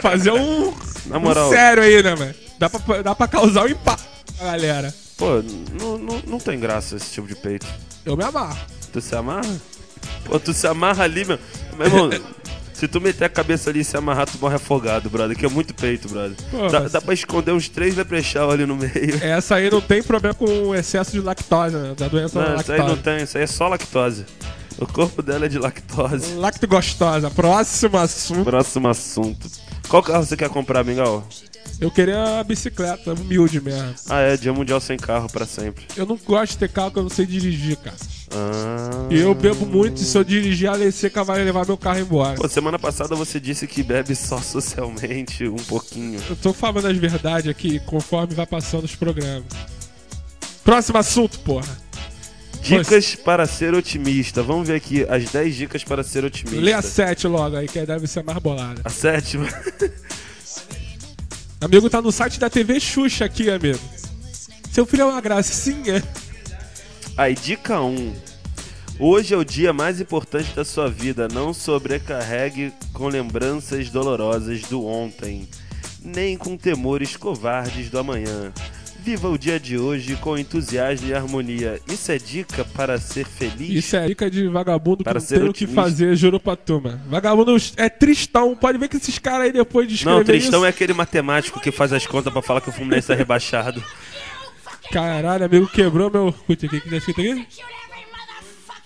Speaker 1: Fazer um.
Speaker 2: Na moral.
Speaker 1: um sério aí, né, mano? Dá pra, dá pra causar um impacto na galera.
Speaker 2: Pô, não, não, não tem graça esse tipo de peito.
Speaker 1: Eu me amarro.
Speaker 2: Tu se amarra? Pô, tu se amarra ali, meu. Meu irmão, se tu meter a cabeça ali e se amarrar, tu morre afogado, brother. Que é muito peito, brother.
Speaker 1: Pô,
Speaker 2: dá,
Speaker 1: mas- É
Speaker 2: dá pra esconder uns três leprechal ali no meio.
Speaker 1: Essa aí não tem problema com o excesso de lactose, né? Da doença
Speaker 2: Não,
Speaker 1: da
Speaker 2: isso aí não
Speaker 1: lactose.
Speaker 2: tem, isso aí é só lactose. O corpo dela é de lactose.
Speaker 1: Lacto gostosa. Próximo assunto.
Speaker 2: Próximo assunto. Qual carro você quer comprar, Mingau?
Speaker 1: Eu queria a bicicleta, humilde mesmo.
Speaker 2: Ah, é, dia mundial sem carro pra sempre.
Speaker 1: Eu não gosto de ter carro que eu não sei dirigir, cara.
Speaker 2: Ah.
Speaker 1: E eu bebo muito e se eu dirigir a lei seca vai levar meu carro embora.
Speaker 2: Pô, semana passada você disse que bebe só socialmente um pouquinho.
Speaker 1: Eu tô falando as verdades aqui conforme vai passando os programas. Próximo assunto, porra.
Speaker 2: Dicas para ser otimista. Vamos ver aqui as 10 dicas para ser otimista.
Speaker 1: Lê a 7 logo aí, que aí deve ser mais bolada.
Speaker 2: A sétima.
Speaker 1: Amigo, tá no site da TV Xuxa aqui, amigo. Seu filho é uma gracinha.
Speaker 2: Aí, dica 1. Hoje é o dia mais importante da sua vida. Não sobrecarregue com lembranças dolorosas do ontem, nem com temores covardes do amanhã. Viva o dia de hoje com entusiasmo e harmonia. Isso é dica para ser feliz?
Speaker 1: Isso é dica de vagabundo
Speaker 2: Para
Speaker 1: que não
Speaker 2: ser
Speaker 1: tem o que
Speaker 2: otimista.
Speaker 1: fazer, juro pra tu, mano. Vagabundo é tristão, pode ver que esses caras aí depois de escrever
Speaker 2: Não, Tristão
Speaker 1: isso...
Speaker 2: é aquele matemático que faz as contas pra falar que o Fluminense tá rebaixado. é-
Speaker 1: Caralho, amigo quebrou meu Orkut aqui, que tá escrito aqui?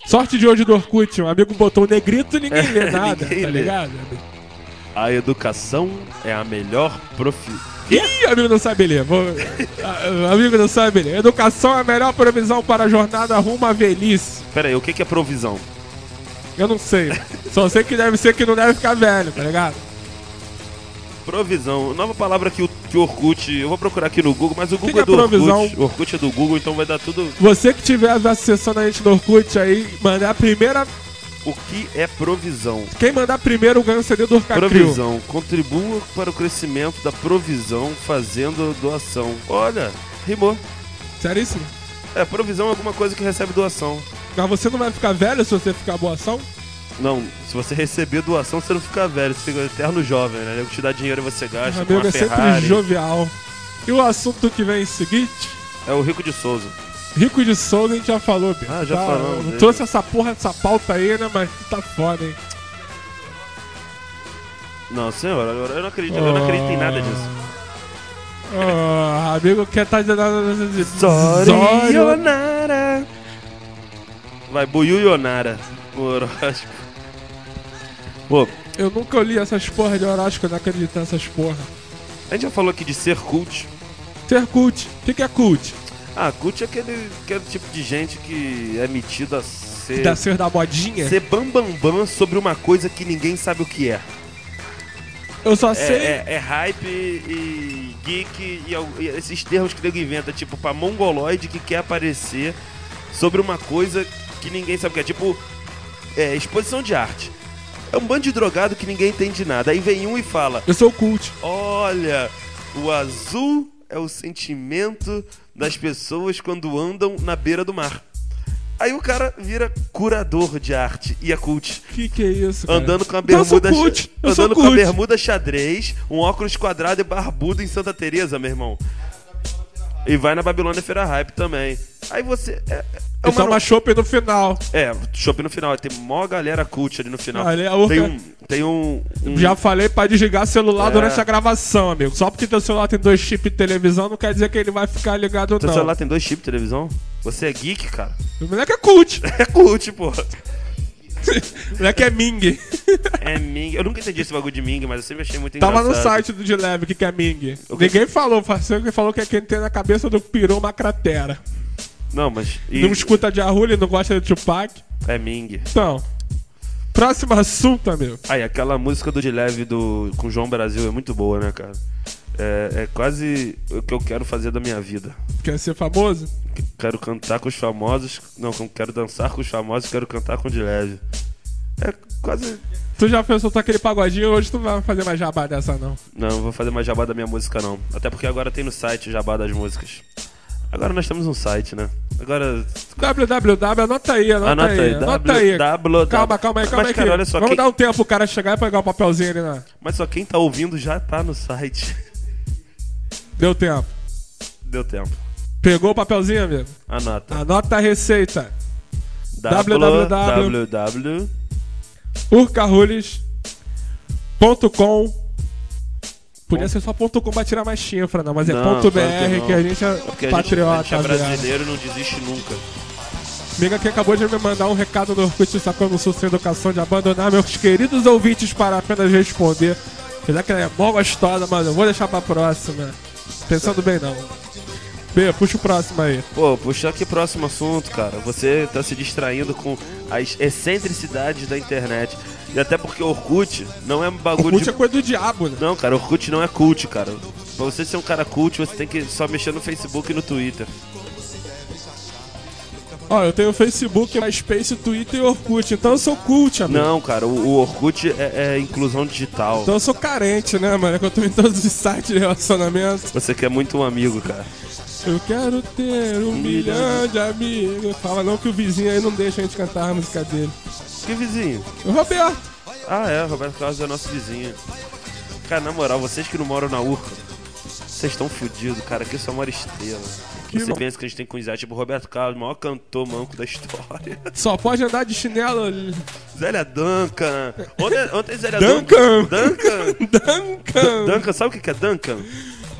Speaker 1: Sorte de hoje do Orkut, um amigo botou um negrito e ninguém lê nada,
Speaker 2: É, Ninguém
Speaker 1: tá
Speaker 2: lê.
Speaker 1: ligado?
Speaker 2: A educação é a melhor profissão.
Speaker 1: Ih, amigo não sabe ler. Vou... Ah, amigo não sabe ler. Educação é a melhor previsão para a jornada rumo à velhice.
Speaker 2: Pera aí, o que que é provisão?
Speaker 1: Eu não sei. Só sei que deve ser que não deve ficar velho, tá ligado?
Speaker 2: Provisão, nova palavra que o que o Orkut. Eu vou procurar aqui no Google, mas o Google
Speaker 1: que
Speaker 2: é,
Speaker 1: é
Speaker 2: do Orkut.
Speaker 1: provisão?
Speaker 2: O Orkut é do Google, então vai dar tudo.
Speaker 1: Você que tiver acessando a gente no Orkut aí, mandar a primeira.
Speaker 2: O que é provisão?
Speaker 1: Quem mandar primeiro ganha o CD do Orcacril.
Speaker 2: Provisão, contribua para o crescimento da provisão fazendo doação. Olha, rimou.
Speaker 1: Seríssimo.
Speaker 2: É, provisão é alguma coisa que recebe doação.
Speaker 1: Mas você não vai ficar velho se você ficar boa ação?
Speaker 2: Não, se você receber doação, você não fica velho, você fica eterno jovem, né? Eu te dá dinheiro e você gasta com
Speaker 1: Amigo,
Speaker 2: uma
Speaker 1: é sempre
Speaker 2: Ferrari.
Speaker 1: jovial. E o assunto que vem em seguinte,
Speaker 2: É o Rico de Souza.
Speaker 1: Rico de Souza, a gente já falou, Bia.
Speaker 2: Ah, já falamos
Speaker 1: Eu
Speaker 2: dele.
Speaker 1: trouxe essa porra, essa pauta aí, né? Mas tá foda, hein?
Speaker 2: Não, senhor, eu eu não acredito, eu não acredito em nada disso.
Speaker 1: Ah, amigo, quer tá dizendo.
Speaker 2: Yonara. Vai, Buiu Yonara. O horóscopo. Pô,
Speaker 1: Eu nunca li essas porra de horóscopo, eu não acredito nessas porra.
Speaker 2: a gente já falou aqui de ser cult.
Speaker 1: Ser cult. O que, que é cult?
Speaker 2: Ah, cult é aquele, aquele tipo de gente que é metido a ser...
Speaker 1: Da ser da modinha?
Speaker 2: Ser bambambam bam, bam sobre uma coisa que ninguém sabe o que é.
Speaker 1: Eu só
Speaker 2: É,
Speaker 1: sei.
Speaker 2: é- é hype e geek e, al- e esses termos que o nego inventa, tipo pra mongoloide que quer aparecer sobre uma coisa que ninguém sabe o que é. Tipo, é, exposição de arte. É um bando de drogado que ninguém entende nada. Aí vem um e fala:
Speaker 1: Eu sou cult.
Speaker 2: Olha, o azul é o sentimento das pessoas quando andam na beira do mar. Aí o cara vira curador de arte e é cult.
Speaker 1: Que que é isso? Cara?
Speaker 2: Andando com a
Speaker 1: Então eu sou
Speaker 2: bermuda
Speaker 1: cult. Eu sou
Speaker 2: andando com a
Speaker 1: cult.
Speaker 2: bermuda xadrez, um óculos quadrado e barbudo em Santa Teresa, meu irmão. E vai na Babilônia Feira Hype também. Aí você é, é
Speaker 1: Eu sou
Speaker 2: uma,
Speaker 1: uma chope no final.
Speaker 2: é, shopping no final, tem mó galera cult ali no final.
Speaker 1: Ali é o-
Speaker 2: Tem um tem um, um-
Speaker 1: Já falei pra desligar celular
Speaker 2: É.
Speaker 1: durante a gravação, amigo. Só porque teu celular tem dois chips de televisão não quer dizer que ele vai ficar ligado,
Speaker 2: Seu
Speaker 1: não.
Speaker 2: celular tem dois chips de televisão? Você é geek, cara?
Speaker 1: O moleque é cult.
Speaker 2: É cult, porra.
Speaker 1: o moleque é Ming.
Speaker 2: É Ming. Eu nunca entendi esse bagulho de Ming, mas eu sempre achei muito
Speaker 1: Tava
Speaker 2: engraçado.
Speaker 1: no site do De Leve o que, que é Ming.
Speaker 2: Eu
Speaker 1: Ninguém falou, parceiro que falou que é quem tem na cabeça do Pirou uma cratera.
Speaker 2: Não, mas. e-
Speaker 1: Não escuta de Arrulho e não gosta de Tupac.
Speaker 2: É Ming.
Speaker 1: Então, próximo assunto, amigo.
Speaker 2: Aí, aquela música do De Leve do, com João Brasil é muito boa, né, cara? É, é quase o que eu quero fazer da minha vida.
Speaker 1: Quer é ser famoso?
Speaker 2: Quero cantar com os famosos. Não, com- quero dançar com os famosos, quero cantar com o De Leve. É quase.
Speaker 1: Tu já fez soltar aquele pagodinho, hoje tu não vai fazer mais jabá dessa, não.
Speaker 2: Não, não vou fazer mais jabá da minha música, não. Até porque agora tem no site o jabá das músicas. Agora nós temos um site, né? Agora
Speaker 1: www, anota aí, anota,
Speaker 2: Anota
Speaker 1: aí,
Speaker 2: aí,
Speaker 1: anota aí.
Speaker 2: www.
Speaker 1: Calma, calma aí, calma
Speaker 2: Mas,
Speaker 1: aí.
Speaker 2: cara,
Speaker 1: que-
Speaker 2: olha só,
Speaker 1: Vamos
Speaker 2: quem-
Speaker 1: dar um tempo pro cara chegar e pegar o papelzinho ali né? na.
Speaker 2: Mas só quem tá ouvindo já tá no site.
Speaker 1: Deu tempo.
Speaker 2: Deu tempo.
Speaker 1: Pegou o papelzinho, amigo?
Speaker 2: Anota.
Speaker 1: Anota a receita. www.
Speaker 2: www.
Speaker 1: urcarrules.com Podia ser só ponto .com pra tirar mais chifra, não, mas é
Speaker 2: Não,
Speaker 1: ponto
Speaker 2: claro que
Speaker 1: .br
Speaker 2: não.
Speaker 1: que a gente é
Speaker 2: Porque a
Speaker 1: patriota.
Speaker 2: gente, a gente é
Speaker 1: viado.
Speaker 2: brasileiro e não desiste nunca.
Speaker 1: Amiga que acabou de me mandar um recado no Orkut, só que eu não sou sem educação de abandonar meus queridos ouvintes para apenas responder. Apesar que ela é mó gostosa, mas eu vou deixar pra próxima. Pensando bem, não. B, puxa o próximo aí.
Speaker 2: Pô, puxar aqui próximo assunto, cara. Você tá se distraindo com as excentricidades da internet. E até porque o Orkut não é um bagulho
Speaker 1: Puxa
Speaker 2: de...
Speaker 1: é coisa do diabo, né?
Speaker 2: Não, cara, o Orkut não é cult, cara. Pra você ser um cara cult, você tem que só mexer no Facebook e no Twitter.
Speaker 1: Ó, eu tenho Facebook, MySpace, Twitter e Orkut, então eu sou cult, amigo.
Speaker 2: Não, cara, o, o Orkut é, é inclusão digital.
Speaker 1: Então eu sou carente, né, mano? É que eu tô em todos os sites de relacionamento.
Speaker 2: Você quer muito um amigo, cara.
Speaker 1: Eu quero ter um milhão de amigos. Fala não que o vizinho aí não deixa a gente cantar a música dele.
Speaker 2: Que vizinho?
Speaker 1: O Roberto,
Speaker 2: Ah, é, Roberto Carlos é nosso vizinho. Cara, na moral, vocês que não moram na Urca, vocês estão fodidos, cara. Aqui só mora estrela. Você
Speaker 1: não-
Speaker 2: pensa que a gente tem que usar, tipo, Roberto Carlos, o maior cantor manco da história.
Speaker 1: só pode andar de chinelo.
Speaker 2: Zélia Duncan. Ontem, ontem Zélia
Speaker 1: Duncan.
Speaker 2: Duncan.
Speaker 1: Duncan.
Speaker 2: Duncan, sabe o que que é Duncan?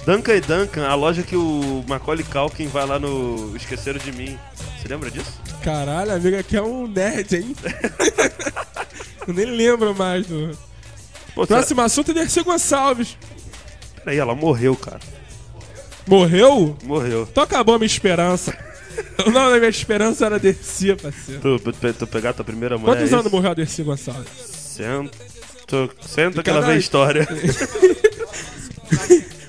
Speaker 2: Duncan e Duncan, a loja que o Macaulay Culkin vai lá no Esqueceram de Mim. Você lembra disso?
Speaker 1: Caralho, amigo, aqui é um nerd, hein? Eu nem lembro mais do.
Speaker 2: Pô, será-
Speaker 1: Próximo assunto é Dercy Gonçalves.
Speaker 2: Peraí, ela morreu, cara.
Speaker 1: Morreu?
Speaker 2: Morreu.
Speaker 1: Então acabou a minha esperança. O nome da minha esperança era Dercy, parceiro.
Speaker 2: Tu, tu, tu pegar tua primeira mulher.
Speaker 1: Quantos
Speaker 2: é
Speaker 1: anos
Speaker 2: isso?
Speaker 1: morreu a Dercy Gonçalves?
Speaker 2: Senta, tu- senta que ela vê a
Speaker 1: Caralho.
Speaker 2: história.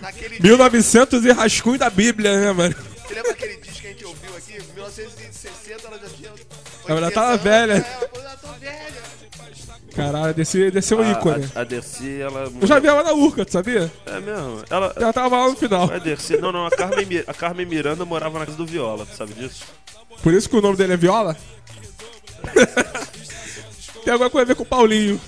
Speaker 6: Naquele
Speaker 1: 1900 e rascunho da Bíblia, né, mano?
Speaker 6: Você lembra aquele disco que a gente ouviu aqui? 1960, ela já tinha.
Speaker 1: Ela já tava
Speaker 6: 80 anos,
Speaker 1: velha.
Speaker 6: é, Ela já tava velha.
Speaker 1: Caralho, Dercy, Dercy
Speaker 2: Ah,
Speaker 1: é um ícone.
Speaker 2: A, a, a Dercy, ela.
Speaker 1: Eu já vi ela na Urca, tu sabia?
Speaker 2: É mesmo. Ela.
Speaker 1: Ela tava lá no final.
Speaker 2: A Dercy. Não, não, a Carmen, Mi- a Carmen Miranda morava na casa do Viola, tu sabe disso?
Speaker 1: Por isso que o nome dele é Viola? Tem alguma coisa a ver com o Paulinho.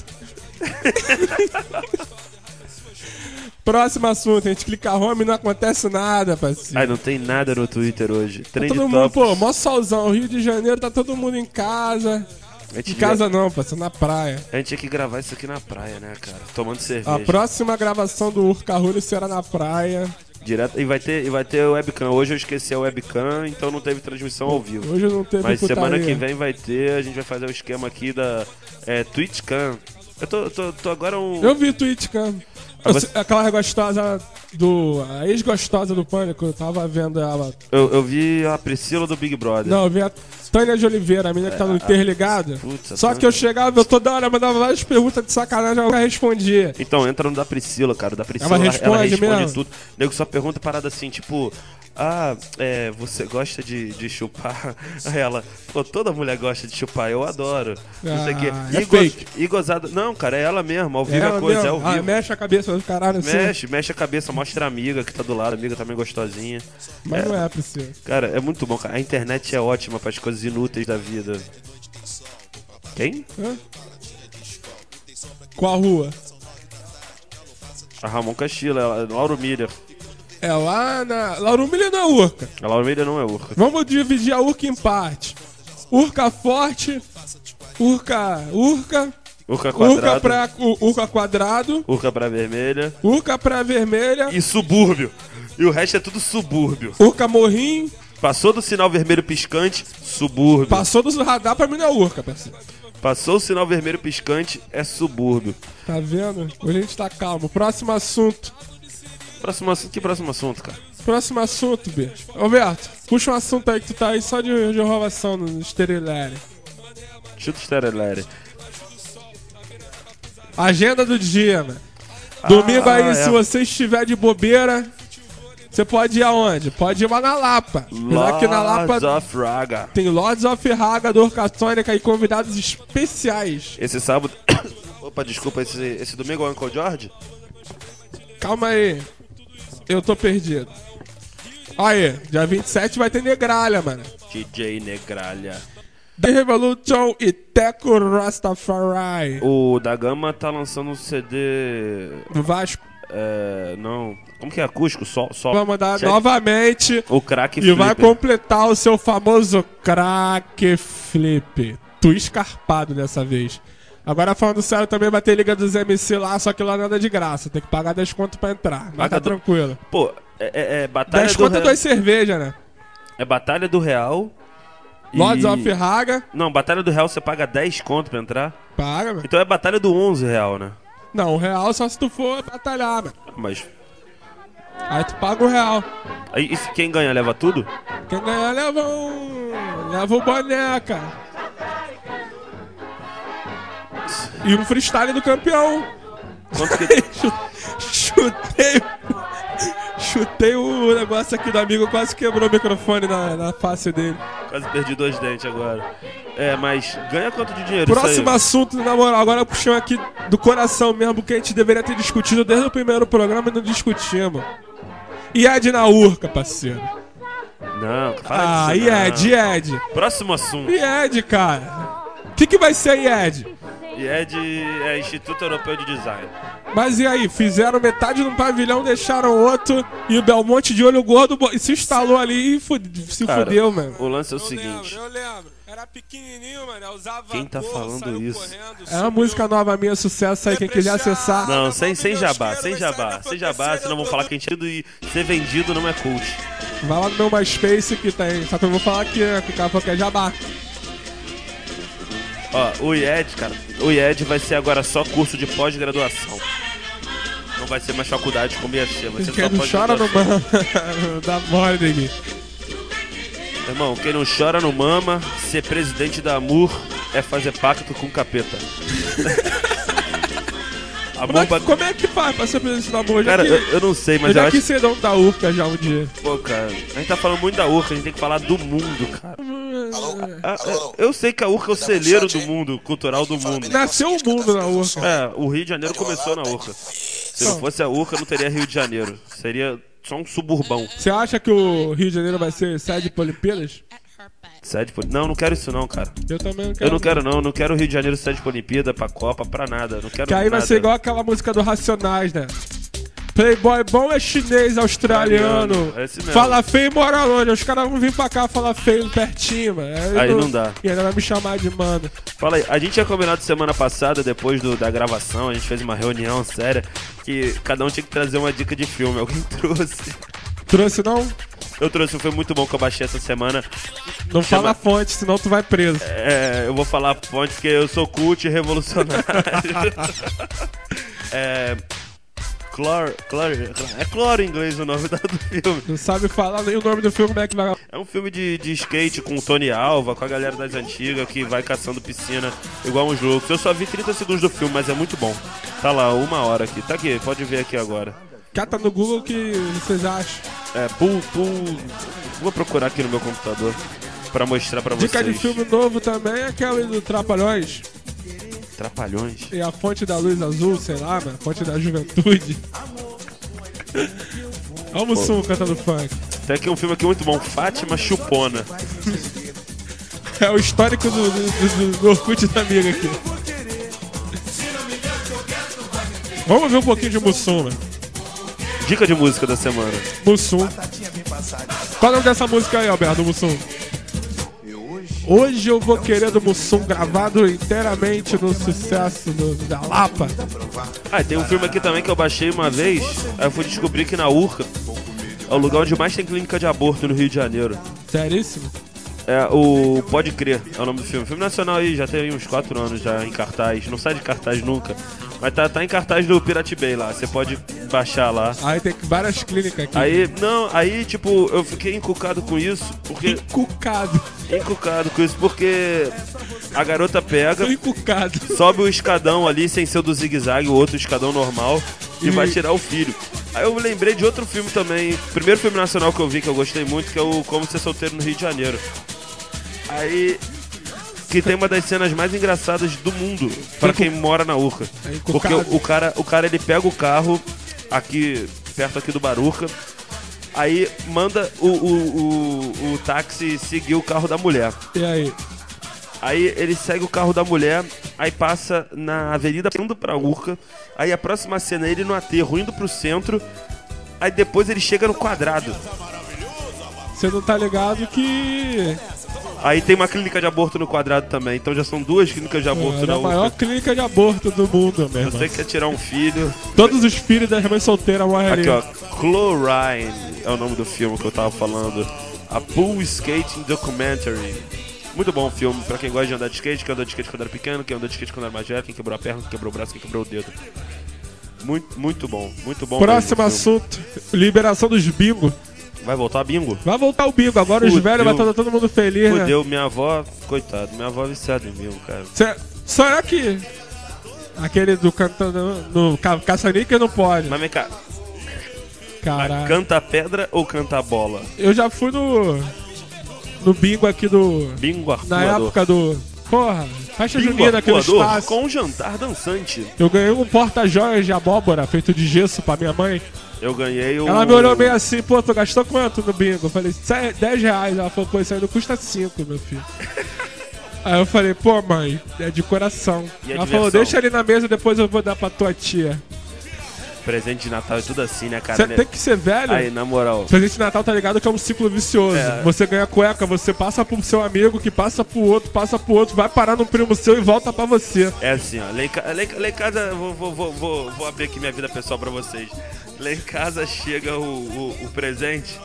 Speaker 1: Próximo assunto, a gente clica home e não acontece nada, parceiro.
Speaker 2: Ai, não tem nada no Twitter hoje. Trend
Speaker 1: Tá Todo mundo,
Speaker 2: topics.
Speaker 1: pô, mó solzão, Rio de Janeiro, tá todo mundo em casa.
Speaker 2: a gente
Speaker 1: Em
Speaker 2: devia-
Speaker 1: casa não, parceiro, na praia.
Speaker 2: A gente tinha que gravar isso aqui na praia, né, cara? Tomando
Speaker 1: A
Speaker 2: cerveja.
Speaker 1: próxima gravação do Urca Rulho será na praia.
Speaker 2: Direto. E vai ter, e vai ter webcam. Hoje eu esqueci a webcam, então não teve transmissão ao vivo.
Speaker 1: Hoje não teve
Speaker 2: Mas semana
Speaker 1: putaria.
Speaker 2: que vem vai ter, a gente vai fazer o esquema aqui da é, TwitchCam. Eu tô, tô, tô agora um.
Speaker 1: Eu vi o tweet, cara.
Speaker 2: Ah, você-
Speaker 1: Aquela gostosa do. A ex-gostosa do Pânico, eu tava vendo ela
Speaker 2: Eu, eu vi a Priscila do Big Brother.
Speaker 1: Não, eu vi a Tânia de Oliveira, a menina que tá no Interligado.
Speaker 2: É, ah, Putz, a
Speaker 1: Só
Speaker 2: Tânia.
Speaker 1: que eu chegava, eu toda hora mandava várias perguntas de sacanagem, ela respondia.
Speaker 2: Então, entra no da Priscila, cara. O Da Priscila,
Speaker 1: Ela
Speaker 2: ela
Speaker 1: responde
Speaker 2: responde,
Speaker 1: mesmo?
Speaker 2: tudo. O nego só pergunta parada assim, tipo... Ah, é, você gosta de, de chupar? Aí ela, pô, toda mulher gosta de chupar, eu adoro. não sei o quê.
Speaker 1: Ah, é
Speaker 2: e, go-
Speaker 1: fake.
Speaker 2: e gozada. Não, cara, é ela mesma, ao vivo
Speaker 1: Ela
Speaker 2: a coisa, é
Speaker 1: mesmo,
Speaker 2: ao
Speaker 1: ela
Speaker 2: vivo.
Speaker 1: mexe a cabeça do caralho assim.
Speaker 2: mexe, mexe a cabeça, mostra a amiga que tá do lado, a amiga também gostosinha.
Speaker 1: Mas
Speaker 2: É.
Speaker 1: não é, Priscila.
Speaker 2: Cara, é muito bom, cara. A internet é ótima para as coisas inúteis da vida. Quem?
Speaker 1: Hã? Qual rua?
Speaker 2: A Ramon Castilla, ela- Lauro Miller.
Speaker 1: É lá na. Lauro Milha na Urca.
Speaker 2: A Lauro Miller não é urca.
Speaker 1: Vamos dividir a Urca em parte. Urca forte, Urca. Urca.
Speaker 2: Urca
Speaker 1: Urca
Speaker 2: quadrada.
Speaker 1: pra, u- urca quadrado,
Speaker 2: Urca pra vermelha.
Speaker 1: Urca pra vermelha,
Speaker 2: E subúrbio. E o resto é tudo subúrbio.
Speaker 1: Urca morrinho,
Speaker 2: Passou do sinal vermelho piscante, subúrbio.
Speaker 1: passou do radar pra mim na Urca, parceiro.
Speaker 2: Passou o sinal vermelho piscante, é subúrbio.
Speaker 1: Tá vendo? Hoje a gente tá calmo. Próximo assunto.
Speaker 2: Próximo assunto. Que próximo assunto, cara?
Speaker 1: Próximo assunto, bicho. Roberto, puxa um assunto aí que tu tá aí só de, de enrolação no estereolário.
Speaker 2: Chuta o Sterelere.
Speaker 1: Agenda do dia, mano. Domingo aí,
Speaker 2: é.
Speaker 1: se você estiver de bobeira, você pode ir aonde? Pode ir lá na Lapa. Lá que na Lapa
Speaker 2: Lords of Raga.
Speaker 1: tem Lords of Raga, Dorca Sônica e convidados especiais.
Speaker 2: Esse sábado... Opa, desculpa, esse, esse domingo é o Uncle George?
Speaker 1: Calma aí. Eu tô perdido. Aí, dia 27 vai ter Negralha, mano.
Speaker 2: DJ Negralha.
Speaker 1: The Revolution e Teco Rastafari.
Speaker 2: O da Gama tá lançando um CD.
Speaker 1: O Vasco
Speaker 2: É, não. Como que é acústico? Só. só
Speaker 1: vai mandar
Speaker 2: Check.
Speaker 1: novamente
Speaker 2: O crack
Speaker 1: e vai
Speaker 2: Flipper.
Speaker 1: completar o seu famoso crack flip. Tu escarpado dessa vez. Agora falando sério, também vai ter Liga dos MC lá, só que lá nada é de graça. Tem que pagar 10 conto pra entrar. Mas tá
Speaker 2: Paga do-
Speaker 1: tranquilo.
Speaker 2: Pô, é, é- é batalha
Speaker 1: 10
Speaker 2: do
Speaker 1: conto é
Speaker 2: Real.
Speaker 1: duas cervejas, né?
Speaker 2: É batalha do Real. e-
Speaker 1: Lords of Raga.
Speaker 2: Não, batalha do Real você paga 10 conto pra entrar.
Speaker 1: Paga, mano.
Speaker 2: Então é batalha do 11 Real, né?
Speaker 1: Não, o real só se tu for batalhar, mano.
Speaker 2: Mas.
Speaker 1: Aí tu paga o real.
Speaker 2: Aí, e se quem ganha leva tudo?
Speaker 1: Quem ganhar leva um. Leva o boné, cara. E um freestyle do campeão.
Speaker 2: Quanto que.
Speaker 1: Chu- Chutei. Chutei o negócio aqui do amigo, quase quebrou o microfone na, na face dele.
Speaker 2: Quase perdi dois dentes agora. É, mas ganha quanto de dinheiro?
Speaker 1: Próximo
Speaker 2: isso
Speaker 1: assunto, na moral, agora puxão aqui do coração mesmo, que a gente deveria ter discutido desde o primeiro programa e não discutimos. E a de Naurca, é parceiro.
Speaker 2: Não, para
Speaker 1: Ah,
Speaker 2: disso. não.
Speaker 1: Ied, Ied.
Speaker 2: Próximo assunto.
Speaker 1: Ied, cara. O que, que vai ser Ied?
Speaker 2: IED é Instituto Europeu de Design.
Speaker 1: Mas e aí? Fizeram metade num pavilhão, deixaram outro. E o Belmonte de olho gordo bo- se instalou ali e fu- se
Speaker 2: Cara,
Speaker 1: fudeu, mano.
Speaker 2: O lance é o seguinte.
Speaker 7: eu lembro. Era pequenininho, mano. Eu usava
Speaker 2: Quem tá falando isso?
Speaker 1: É uma música nova minha, sucesso aí. Quem quiser acessar.
Speaker 2: Não, é sem, sem jabá, sem jabá, sem jabá, senão vão falar que a gente é do- e ser vendido não é cult.
Speaker 1: Vai lá no meu MySpace que tem. Só que eu vou falar que o cara falou que é jabá.
Speaker 2: Ó, o IED, cara, o IED vai ser agora só curso de pós-graduação. Não vai ser mais faculdade como ia ser, vai ser só
Speaker 1: Quem não chora no
Speaker 2: pós-graduação.
Speaker 1: mano. Dá mole, neguinho.
Speaker 2: Irmão, quem não chora não mama, ser presidente da AMUR é fazer pacto com o capeta.
Speaker 1: Como,
Speaker 2: Amor
Speaker 1: é que-
Speaker 2: pra...
Speaker 1: como é que faz pra ser presidente da boa?
Speaker 2: Cara,
Speaker 1: já
Speaker 2: eu, eu não sei, mas
Speaker 1: Mas já
Speaker 2: eu acho
Speaker 1: quis ser dono da UFCA já um dia.
Speaker 2: Pô, cara, a gente tá falando muito da Urca, a gente tem que falar do mundo, cara. Ah, ah, Eu sei que a Urca é o celeiro do mundo, cultural do mundo.
Speaker 1: Nasceu o mundo na UFCA.
Speaker 2: É, o Rio de Janeiro começou na Urca. Se não fosse a Urca, não teria Rio de Janeiro. Seria só um suburbão.
Speaker 1: Você acha que o Rio de Janeiro vai ser sede para Olimpíadas?
Speaker 2: Sede poli- Não, não quero isso não, cara.
Speaker 1: Eu também não quero.
Speaker 2: Eu não quero não, não quero o Rio de Janeiro sede pra Olimpíada, pra Copa, pra nada. Não quero
Speaker 1: Que aí vai
Speaker 2: nada.
Speaker 1: ser igual aquela música do Racionais, né? Playboy bom é chinês, australiano.
Speaker 2: Australiano, é esse mesmo.
Speaker 1: Fala feio e mora longe. Os caras vão vir pra cá falar feio pertinho, mano.
Speaker 2: Aí não dá.
Speaker 1: E ainda vai me chamar de mano.
Speaker 2: Fala aí, a gente tinha combinado semana passada, depois do- da gravação, a gente fez uma reunião séria, que cada um tinha que trazer uma dica de filme. Alguém trouxe.
Speaker 1: Trouxe não?
Speaker 2: Eu trouxe um filme muito bom que eu baixei essa semana.
Speaker 1: Não
Speaker 2: Chama-
Speaker 1: fala a fonte, senão tu vai preso.
Speaker 2: É, eu vou falar a fonte porque eu sou cult e revolucionário. é. Clor, clor, é cloro em inglês o nome da- do filme.
Speaker 1: Não sabe falar nem o nome do filme, como é que vai.
Speaker 2: É um filme de, de skate com o Tony Alva, com a galera das antigas que vai caçando piscina igual uns loucos. Eu só vi 30 segundos do filme, mas é muito bom. Tá lá, uma hora aqui. Tá aqui, pode ver aqui agora.
Speaker 1: Cata no Google o que vocês acham.
Speaker 2: É, pool, pool. Vou procurar aqui no meu computador pra mostrar pra vocês.
Speaker 1: Dica de filme novo também é aquela do Trapalhões.
Speaker 2: Trapalhões.
Speaker 1: E É a fonte da luz azul, sei lá, mano. Fonte da juventude. Amo o som cantando funk.
Speaker 2: Tem aqui um filme aqui muito bom, Fátima Chupona.
Speaker 1: É o histórico do, do, do, do Orkut da amiga aqui. Vamos ver um pouquinho de Mussum, mano.
Speaker 2: Dica de música da semana.
Speaker 1: Mussum. Qual é o nome dessa música aí, Alberto, do Mussum? Hoje eu vou querer do Mussum gravado inteiramente no sucesso do- da Lapa.
Speaker 2: Ah, e tem um filme aqui também que eu baixei uma vez, aí eu fui descobrir que na Urca é o lugar onde mais tem clínica de aborto no Rio de Janeiro.
Speaker 1: Seríssimo?
Speaker 2: É o Pode Crer, é o nome do filme. Filme nacional aí, já tem uns 4 anos já em cartaz, não sai de cartaz nunca. Mas tá, tá em cartaz do Pirate Bay lá, você pode baixar lá.
Speaker 1: Aí tem várias clínicas aqui.
Speaker 2: Aí, não, aí tipo, eu fiquei encucado com isso, porque.
Speaker 1: Encucado.
Speaker 2: Encucado com isso, porque a garota pega.
Speaker 1: Tô encucado.
Speaker 2: sobe o escadão ali sem ser o do zigue-zague, o outro escadão normal, e vai tirar o filho. Aí eu lembrei de outro filme também, primeiro filme nacional que eu vi que eu gostei muito, que é o Como Ser Solteiro no Rio de Janeiro. Aí. Que tem uma das cenas mais engraçadas do mundo pra quem mora na Urca.
Speaker 1: É encucado.
Speaker 2: Porque o cara, o cara ele pega o carro aqui, perto aqui do Baruca, aí manda o, o, o, o táxi seguir o carro da mulher.
Speaker 1: E aí?
Speaker 2: Aí ele segue o carro da mulher, aí passa na avenida indo pra Urca, aí a próxima cena é ele no aterro indo pro centro, aí depois ele chega no quadrado.
Speaker 1: Você não tá ligado que
Speaker 2: Aí tem uma clínica de aborto no quadrado também, então já são duas clínicas de aborto
Speaker 1: é
Speaker 2: na
Speaker 1: a maior
Speaker 2: Urca.
Speaker 1: clínica de aborto do mundo, meu irmão.
Speaker 2: Você quer tirar um filho.
Speaker 1: Todos os filhos das mães solteiras morrem
Speaker 2: Aqui
Speaker 1: ali.
Speaker 2: ó, Chlorine é o nome do filme que eu tava falando. A Pool Skating Documentary. Muito bom filme pra quem gosta de andar de skate, quem andou de skate quando era pequeno, quem andou de skate quando era mais velho, quem quebrou a perna, quem quebrou o braço, quem quebrou o dedo. Muito, muito bom, muito bom.
Speaker 1: Próximo
Speaker 2: mesmo o filme.
Speaker 1: assunto: liberação dos bingo.
Speaker 2: Vai voltar bingo?
Speaker 1: Vai voltar o bingo, agora os
Speaker 2: Fudeu.
Speaker 1: velhos vai estar todo mundo feliz, né?
Speaker 2: Fudeu, minha avó, coitado, minha avó é viciada em bingo, cara.
Speaker 1: Cê, será que aquele do cantando no ca- caça-níquel não pode?
Speaker 2: Mas vem cá,
Speaker 1: Caralho.
Speaker 2: canta a pedra ou canta a bola?
Speaker 1: Eu já fui no no bingo aqui do
Speaker 2: Bingo
Speaker 1: na
Speaker 2: arpoador.
Speaker 1: época do Porra, faixa
Speaker 2: bingo
Speaker 1: junina aqui no
Speaker 2: arpoador
Speaker 1: espaço.
Speaker 2: com um jantar dançante.
Speaker 1: Eu ganhei um porta-joias de abóbora feito de gesso pra minha mãe.
Speaker 2: eu ganhei o.
Speaker 1: Ela me olhou meio assim, pô, tu gastou quanto no bingo? Eu falei, "Cé- 10 reais. Ela falou, pô, isso aí não custa 5, meu filho. Aí eu falei, pô, mãe, é de coração.
Speaker 2: E a
Speaker 1: Ela
Speaker 2: diversão?
Speaker 1: falou, deixa ali na mesa, depois eu vou dar pra tua tia.
Speaker 2: Presente de Natal é tudo assim, né, cara?
Speaker 1: Você tem que ser velho.
Speaker 2: Aí, na moral.
Speaker 1: Presente de Natal, tá ligado? Que é um ciclo vicioso.
Speaker 2: É.
Speaker 1: Você ganha cueca, você passa pro seu amigo, que passa pro outro, passa pro outro, vai parar no primo seu e volta pra você.
Speaker 2: É assim, ó. Lá em, ca- lá em- lá em casa, eu vou, vou, vou, vou, vou abrir aqui minha vida pessoal pra vocês. Lá em casa chega o, o- o presente,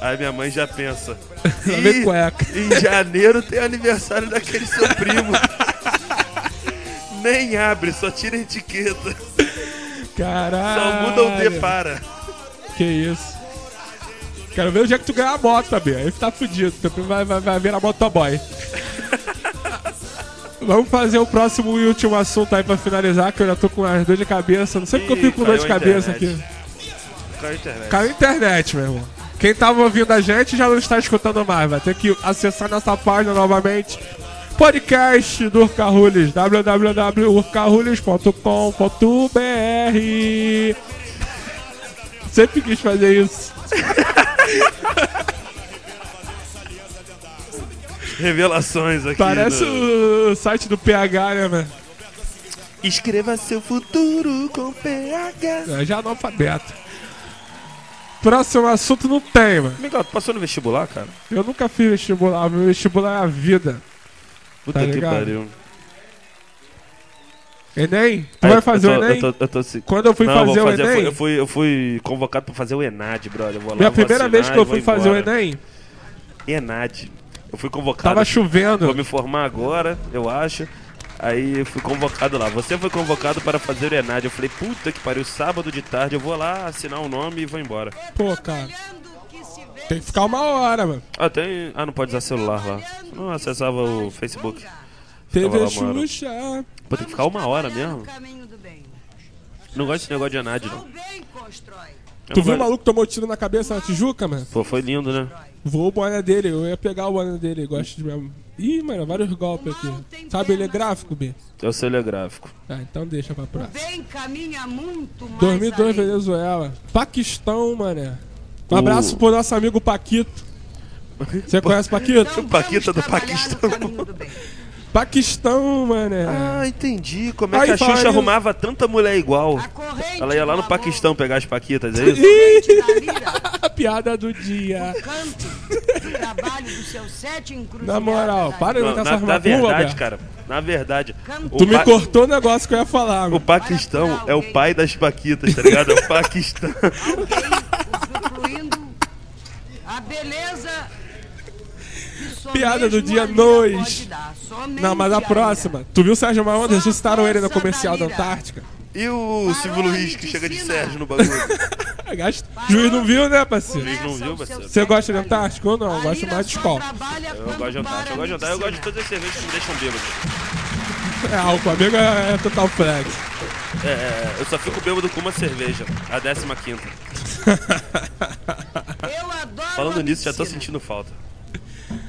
Speaker 2: aí minha mãe já pensa.
Speaker 1: Lá vem
Speaker 2: "Ih,
Speaker 1: cueca."
Speaker 2: Em janeiro tem aniversário daquele seu primo. Nem abre, só tira a etiqueta. Só
Speaker 1: Caralho.
Speaker 2: muda o D para.
Speaker 1: Que isso. Quero ver o dia que tu ganhar a moto, Bia. Aí tá fudido. Teu primo vai, vai, vai virar motoboy. Vamos fazer o próximo e último assunto aí pra finalizar, que eu já tô com as dor de cabeça. Não sei porque eu
Speaker 2: Ih,
Speaker 1: fico com dor de
Speaker 2: caiu a
Speaker 1: cabeça
Speaker 2: internet.
Speaker 1: aqui.
Speaker 2: Caiu a internet.
Speaker 1: Caiu a internet, meu irmão. Quem tava ouvindo a gente já não está escutando mais. Vai ter que acessar nossa página novamente. Podcast do Urcarrules. www.urcarrules.com.br Sempre quis fazer isso.
Speaker 2: Revelações aqui. né?
Speaker 1: Parece
Speaker 2: do-
Speaker 1: o site do PH, né, mano?
Speaker 2: Escreva seu futuro com PH.
Speaker 1: É, Já analfabeto. Próximo assunto não tem, mano.
Speaker 2: Miguel, tu passou no vestibular, cara?
Speaker 1: Eu nunca fiz vestibular. Meu vestibular é a vida.
Speaker 2: Puta
Speaker 1: Tá
Speaker 2: que
Speaker 1: ligado?
Speaker 2: pariu.
Speaker 1: Enem? Tu
Speaker 2: Aí,
Speaker 1: vai fazer
Speaker 2: É, eu tô,
Speaker 1: o Enem?
Speaker 2: Eu tô, eu tô se-
Speaker 1: Quando eu fui
Speaker 2: Não,
Speaker 1: fazer,
Speaker 2: vou fazer
Speaker 1: o Enem,
Speaker 2: Eu fui, eu fui convocado pra fazer o Enad, brother. Eu Vou lá,
Speaker 1: minha
Speaker 2: vou
Speaker 1: primeira
Speaker 2: assinar
Speaker 1: vez que
Speaker 2: e
Speaker 1: eu
Speaker 2: vou
Speaker 1: fui fazer o
Speaker 2: embora. Tá
Speaker 1: Enem,
Speaker 2: Enad. Eu fui convocado.
Speaker 1: tava
Speaker 2: Vou
Speaker 1: chovendo.
Speaker 2: me formar agora, eu acho. Aí eu fui convocado lá. Você foi convocado para fazer o Enad. Eu falei, puta que pariu, sábado de tarde eu vou lá assinar o nome e vou embora.
Speaker 1: Pô, cara. Tá. Tem que ficar uma hora, mano.
Speaker 2: Ah, tem. Ah, não pode usar celular lá. Não acessava o Facebook. Tava lá
Speaker 1: TV
Speaker 2: uma hora.
Speaker 1: Xuxa.
Speaker 2: Pô, tem que ficar uma hora mesmo.
Speaker 8: caminho do bem.
Speaker 2: Não gosto desse negócio de Enad, não.
Speaker 8: O bem constrói.
Speaker 2: Eu
Speaker 1: Tu
Speaker 2: não
Speaker 1: viu o
Speaker 2: gosto.
Speaker 1: maluco que tomou tiro na cabeça na Tijuca, mano?
Speaker 2: Pô, foi lindo, né?
Speaker 1: Voou o boné dele, eu ia pegar o boné dele, gosto de mesmo. Ih, mano, vários golpes aqui. Sabe, ele é gráfico, B.
Speaker 2: É o celegráfico.
Speaker 1: Ah, então deixa pra próxima.
Speaker 8: Bem caminha muito mais.
Speaker 1: 2002,
Speaker 8: além.
Speaker 1: Venezuela. Paquistão, mané. Um
Speaker 2: O-
Speaker 1: abraço pro nosso amigo Paquito. Você conhece o Paquito?
Speaker 8: Então,
Speaker 2: Paquita do
Speaker 8: vamos trabalhar no
Speaker 2: Paquistão.
Speaker 8: caminho do bem.
Speaker 1: Paquistão, mané.
Speaker 2: Ah, entendi. Como é
Speaker 1: Aí
Speaker 2: que a
Speaker 1: fala
Speaker 2: Xuxa
Speaker 1: isso.
Speaker 2: arrumava tanta mulher igual?
Speaker 8: A corrente
Speaker 2: Ela ia lá
Speaker 8: do
Speaker 2: no
Speaker 8: amor,
Speaker 2: Paquistão pegar as paquitas, é isso?
Speaker 1: Ih,
Speaker 8: na lira,
Speaker 1: a piada do dia.
Speaker 8: canto, o trabalho dos seus sete
Speaker 1: Na
Speaker 8: encruzilhadas.
Speaker 1: moral,
Speaker 8: da
Speaker 1: para de
Speaker 2: Não,
Speaker 1: botar
Speaker 2: na,
Speaker 1: essa
Speaker 2: na
Speaker 1: arma boa,
Speaker 2: verdade,
Speaker 1: Beto.
Speaker 2: cara, na verdade,
Speaker 8: Canto.
Speaker 1: Tu
Speaker 2: pa-
Speaker 1: me cortou o negócio que eu ia falar,
Speaker 2: o
Speaker 1: mano.
Speaker 2: Paquistão é o pai das paquitas, tá ligado? É o Paquistão.
Speaker 8: usufruindo a beleza que só
Speaker 1: Piada do
Speaker 8: mesmo
Speaker 1: dia
Speaker 8: a lira
Speaker 1: dois.
Speaker 8: pode dar, somente
Speaker 1: Não, mas a
Speaker 8: lira.
Speaker 1: próxima. Tu viu o Sérgio Malandro?
Speaker 8: Só
Speaker 1: Ressuscitaram ele no
Speaker 8: força da
Speaker 1: comercial da
Speaker 8: lira.
Speaker 1: Antártica.
Speaker 2: E o Silvio
Speaker 8: Parou
Speaker 2: Luiz,
Speaker 8: ali
Speaker 2: que
Speaker 8: de
Speaker 2: chega de
Speaker 8: cima.
Speaker 2: Sérgio no bagulho.
Speaker 1: Gasto- Ah, Juiz não viu, né, parceiro?
Speaker 2: Juiz não viu,
Speaker 8: Começa os
Speaker 2: parceiro?
Speaker 8: seus
Speaker 1: Você gosta de
Speaker 8: sete
Speaker 1: Antártica ou não? Eu
Speaker 8: A
Speaker 1: gosto
Speaker 8: lira
Speaker 1: mais de
Speaker 8: só
Speaker 1: escola.
Speaker 8: trabalha
Speaker 2: Eu
Speaker 8: quando
Speaker 2: gosto de
Speaker 8: para
Speaker 2: Antártica, eu gosto de
Speaker 8: no
Speaker 2: Antártica, eu gosto de
Speaker 8: dicionário.
Speaker 2: todas as cervejas que me deixam bêbado.
Speaker 1: É, álcool amigo é total flex.
Speaker 2: É, é, eu só fico bêbado com uma cerveja, a décima quinta.
Speaker 8: Eu adoro
Speaker 2: Falando
Speaker 8: a
Speaker 2: nisso, já tô
Speaker 8: piscina.
Speaker 2: sentindo falta.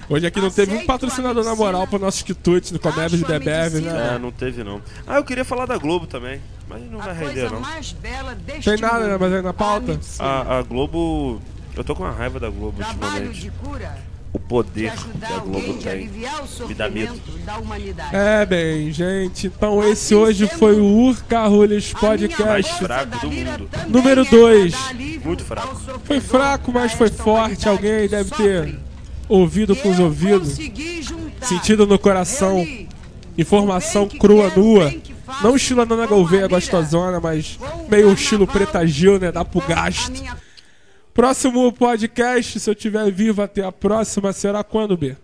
Speaker 1: Hoje aqui não teve um
Speaker 8: Aceito
Speaker 1: patrocinador
Speaker 8: a
Speaker 1: na moral
Speaker 8: medicina.
Speaker 1: pro nosso quitute no Comércio de
Speaker 8: Acho a
Speaker 1: Bebeves,
Speaker 8: medicina.
Speaker 1: né?
Speaker 2: É, não teve não. Ah, eu queria falar da Globo também, mas não
Speaker 8: A
Speaker 2: vai
Speaker 8: coisa
Speaker 2: render não.
Speaker 8: mais bela deste
Speaker 1: Tem nada, né,
Speaker 8: mundo. é
Speaker 1: mas aí na pauta?
Speaker 8: A medicina.
Speaker 2: A, a Globo. Eu tô com uma raiva da Globo
Speaker 8: Trabalho
Speaker 2: ultimamente.
Speaker 8: de cura
Speaker 2: O
Speaker 8: de
Speaker 2: poder
Speaker 8: ajudar
Speaker 2: que a
Speaker 8: alguém
Speaker 2: Globo
Speaker 8: de
Speaker 2: tem.
Speaker 8: aliviar o
Speaker 2: dá medo.
Speaker 8: sofrimento da humanidade.
Speaker 1: É, bem, gente, então esse
Speaker 8: Assim
Speaker 1: hoje
Speaker 8: sendo,
Speaker 1: foi o Urca Rules
Speaker 8: A
Speaker 1: Podcast.
Speaker 8: minha força
Speaker 2: fraco
Speaker 8: da
Speaker 2: do
Speaker 8: lira
Speaker 2: mundo.
Speaker 8: também
Speaker 1: Número
Speaker 8: é
Speaker 1: dois.
Speaker 8: pra dar alívio
Speaker 2: Muito
Speaker 8: ao
Speaker 2: fraco.
Speaker 8: sofredor,
Speaker 1: Foi fraco, mas
Speaker 8: a
Speaker 1: foi
Speaker 8: esta
Speaker 1: forte.
Speaker 8: humanidade
Speaker 1: Alguém
Speaker 8: que
Speaker 1: deve ter
Speaker 8: sofre.
Speaker 1: ouvido com os
Speaker 8: Eu
Speaker 1: ouvidos,
Speaker 8: consegui juntar.
Speaker 1: sentido no coração,
Speaker 8: Reuni
Speaker 1: informação
Speaker 8: bem que
Speaker 1: crua,
Speaker 8: quero,
Speaker 1: nua.
Speaker 8: bem que faço,
Speaker 1: Não estilo Ana
Speaker 8: com
Speaker 1: Gouveia
Speaker 8: a mira,
Speaker 1: gostosona, mas
Speaker 8: com o
Speaker 1: meio estilo
Speaker 8: carnaval,
Speaker 1: preta Gil, né? Dá pro
Speaker 8: com a
Speaker 1: gasto.
Speaker 8: minha
Speaker 1: Próximo podcast, se eu tiver vivo até a próxima, será quando, B?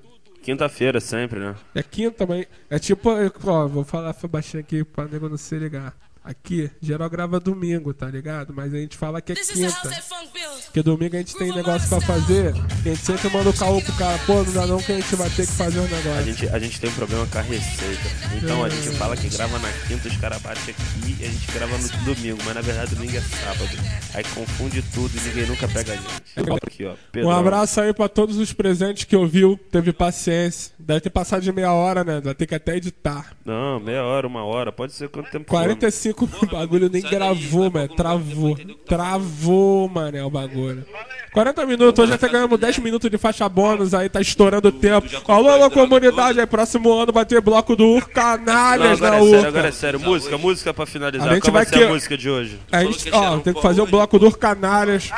Speaker 2: Quinta-feira sempre, né?
Speaker 1: É quinta, mas. É tipo. Ó, vou falar baixinho aqui pra nego não se ligar. Aqui, geral grava domingo, tá ligado? Mas a gente fala que é
Speaker 9: This is the house
Speaker 1: quinta.
Speaker 9: that funk built.
Speaker 1: Porque domingo a gente tem negócio pra fazer. E a gente sempre manda o caô pro cara. Pô, não dá não que a gente vai ter que fazer um
Speaker 2: A
Speaker 1: negócio.
Speaker 2: gente, a gente tem um problema com a receita. Então a gente fala que grava na quinta, os caras batem aqui e a gente grava no domingo. Mas na verdade domingo é sábado. Aí confunde tudo e ninguém nunca pega a gente. Aqui, ó.
Speaker 1: Um
Speaker 2: Pedrão.
Speaker 1: abraço aí pra todos os presentes que ouviu, teve paciência. Deve ter passado de meia hora, né? Vai ter que até editar.
Speaker 2: Não, meia hora, uma hora. Pode ser quanto tempo for.
Speaker 1: 45 o bagulho nem gravou, mano. Travou. Travou, mano, o bagulho. 40 minutos, hoje até ganhamos 10 minutos de faixa bônus aí, tá estourando o tempo. Alô, alô, comunidade, aí próximo ano vai ter bloco do Ur
Speaker 2: Não,
Speaker 1: Canalhas
Speaker 2: agora
Speaker 1: na
Speaker 2: é sério, agora é
Speaker 1: Urca.
Speaker 2: sério. Música, música pra finalizar.
Speaker 1: A gente
Speaker 2: Qual
Speaker 1: vai
Speaker 2: vai ser a
Speaker 1: que-
Speaker 2: música de hoje?
Speaker 1: A gente, ó, tem que fazer o bloco do Ur Canalhas.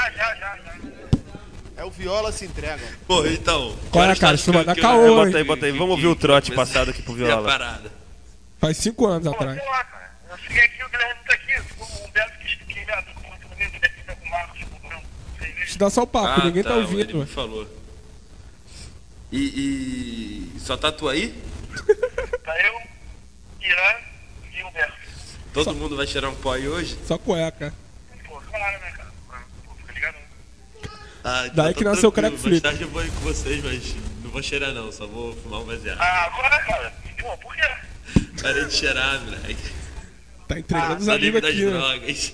Speaker 6: É o Viola se entrega.
Speaker 9: Pô, então.
Speaker 1: Qual é,
Speaker 9: horas
Speaker 1: cara?
Speaker 9: tá
Speaker 1: Isso vai dar
Speaker 9: ficando que
Speaker 1: caô,
Speaker 9: eu-
Speaker 1: Oi.
Speaker 2: É, bota aí, bota aí. Vamos ouvir o trote passado aqui pro
Speaker 9: que é a
Speaker 2: Viola.
Speaker 9: parada.
Speaker 1: Faz 5 anos atrás.
Speaker 10: lá, cara. Eu cheguei aqui, o Guilherme tá aqui, o Belo quis que já tô com muito medo, deve ter com o Marcos, com
Speaker 1: Deixa eu dar só o papo,
Speaker 9: Ah,
Speaker 1: ninguém tá
Speaker 9: Ele
Speaker 1: ouvindo.
Speaker 9: me falou. E, e só tá tu aí?
Speaker 10: Tá eu, Irã e o Humberto.
Speaker 9: Todo mundo vai cheirar um pó aí hoje?
Speaker 1: Só cueca.
Speaker 10: Pô, claro, né, cara? Pô, fica ligado? né?
Speaker 9: Ah, então
Speaker 1: Daí
Speaker 9: tá
Speaker 1: que nasceu o
Speaker 9: tranquilo.
Speaker 1: crack
Speaker 9: Mais
Speaker 1: flip.
Speaker 9: tarde eu vou ir com vocês, mas não vou cheirar não, só vou fumar um baseado.
Speaker 10: Ah, agora, cara. Pô, por quê?
Speaker 9: Parei de cheirar, moleque.
Speaker 1: Tá entregando os
Speaker 9: Tá livre
Speaker 1: amigos
Speaker 9: das
Speaker 1: aqui, né?
Speaker 9: drogas.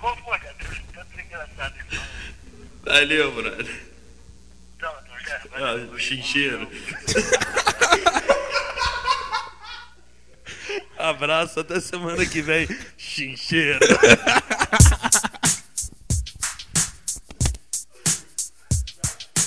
Speaker 10: Pô, pô, cara, tanto engraçado.
Speaker 9: Valeu, brother.
Speaker 10: Então, tô ligado.
Speaker 9: Ah, chincheiro.
Speaker 2: Abraço, até semana que vem. Xincheiro.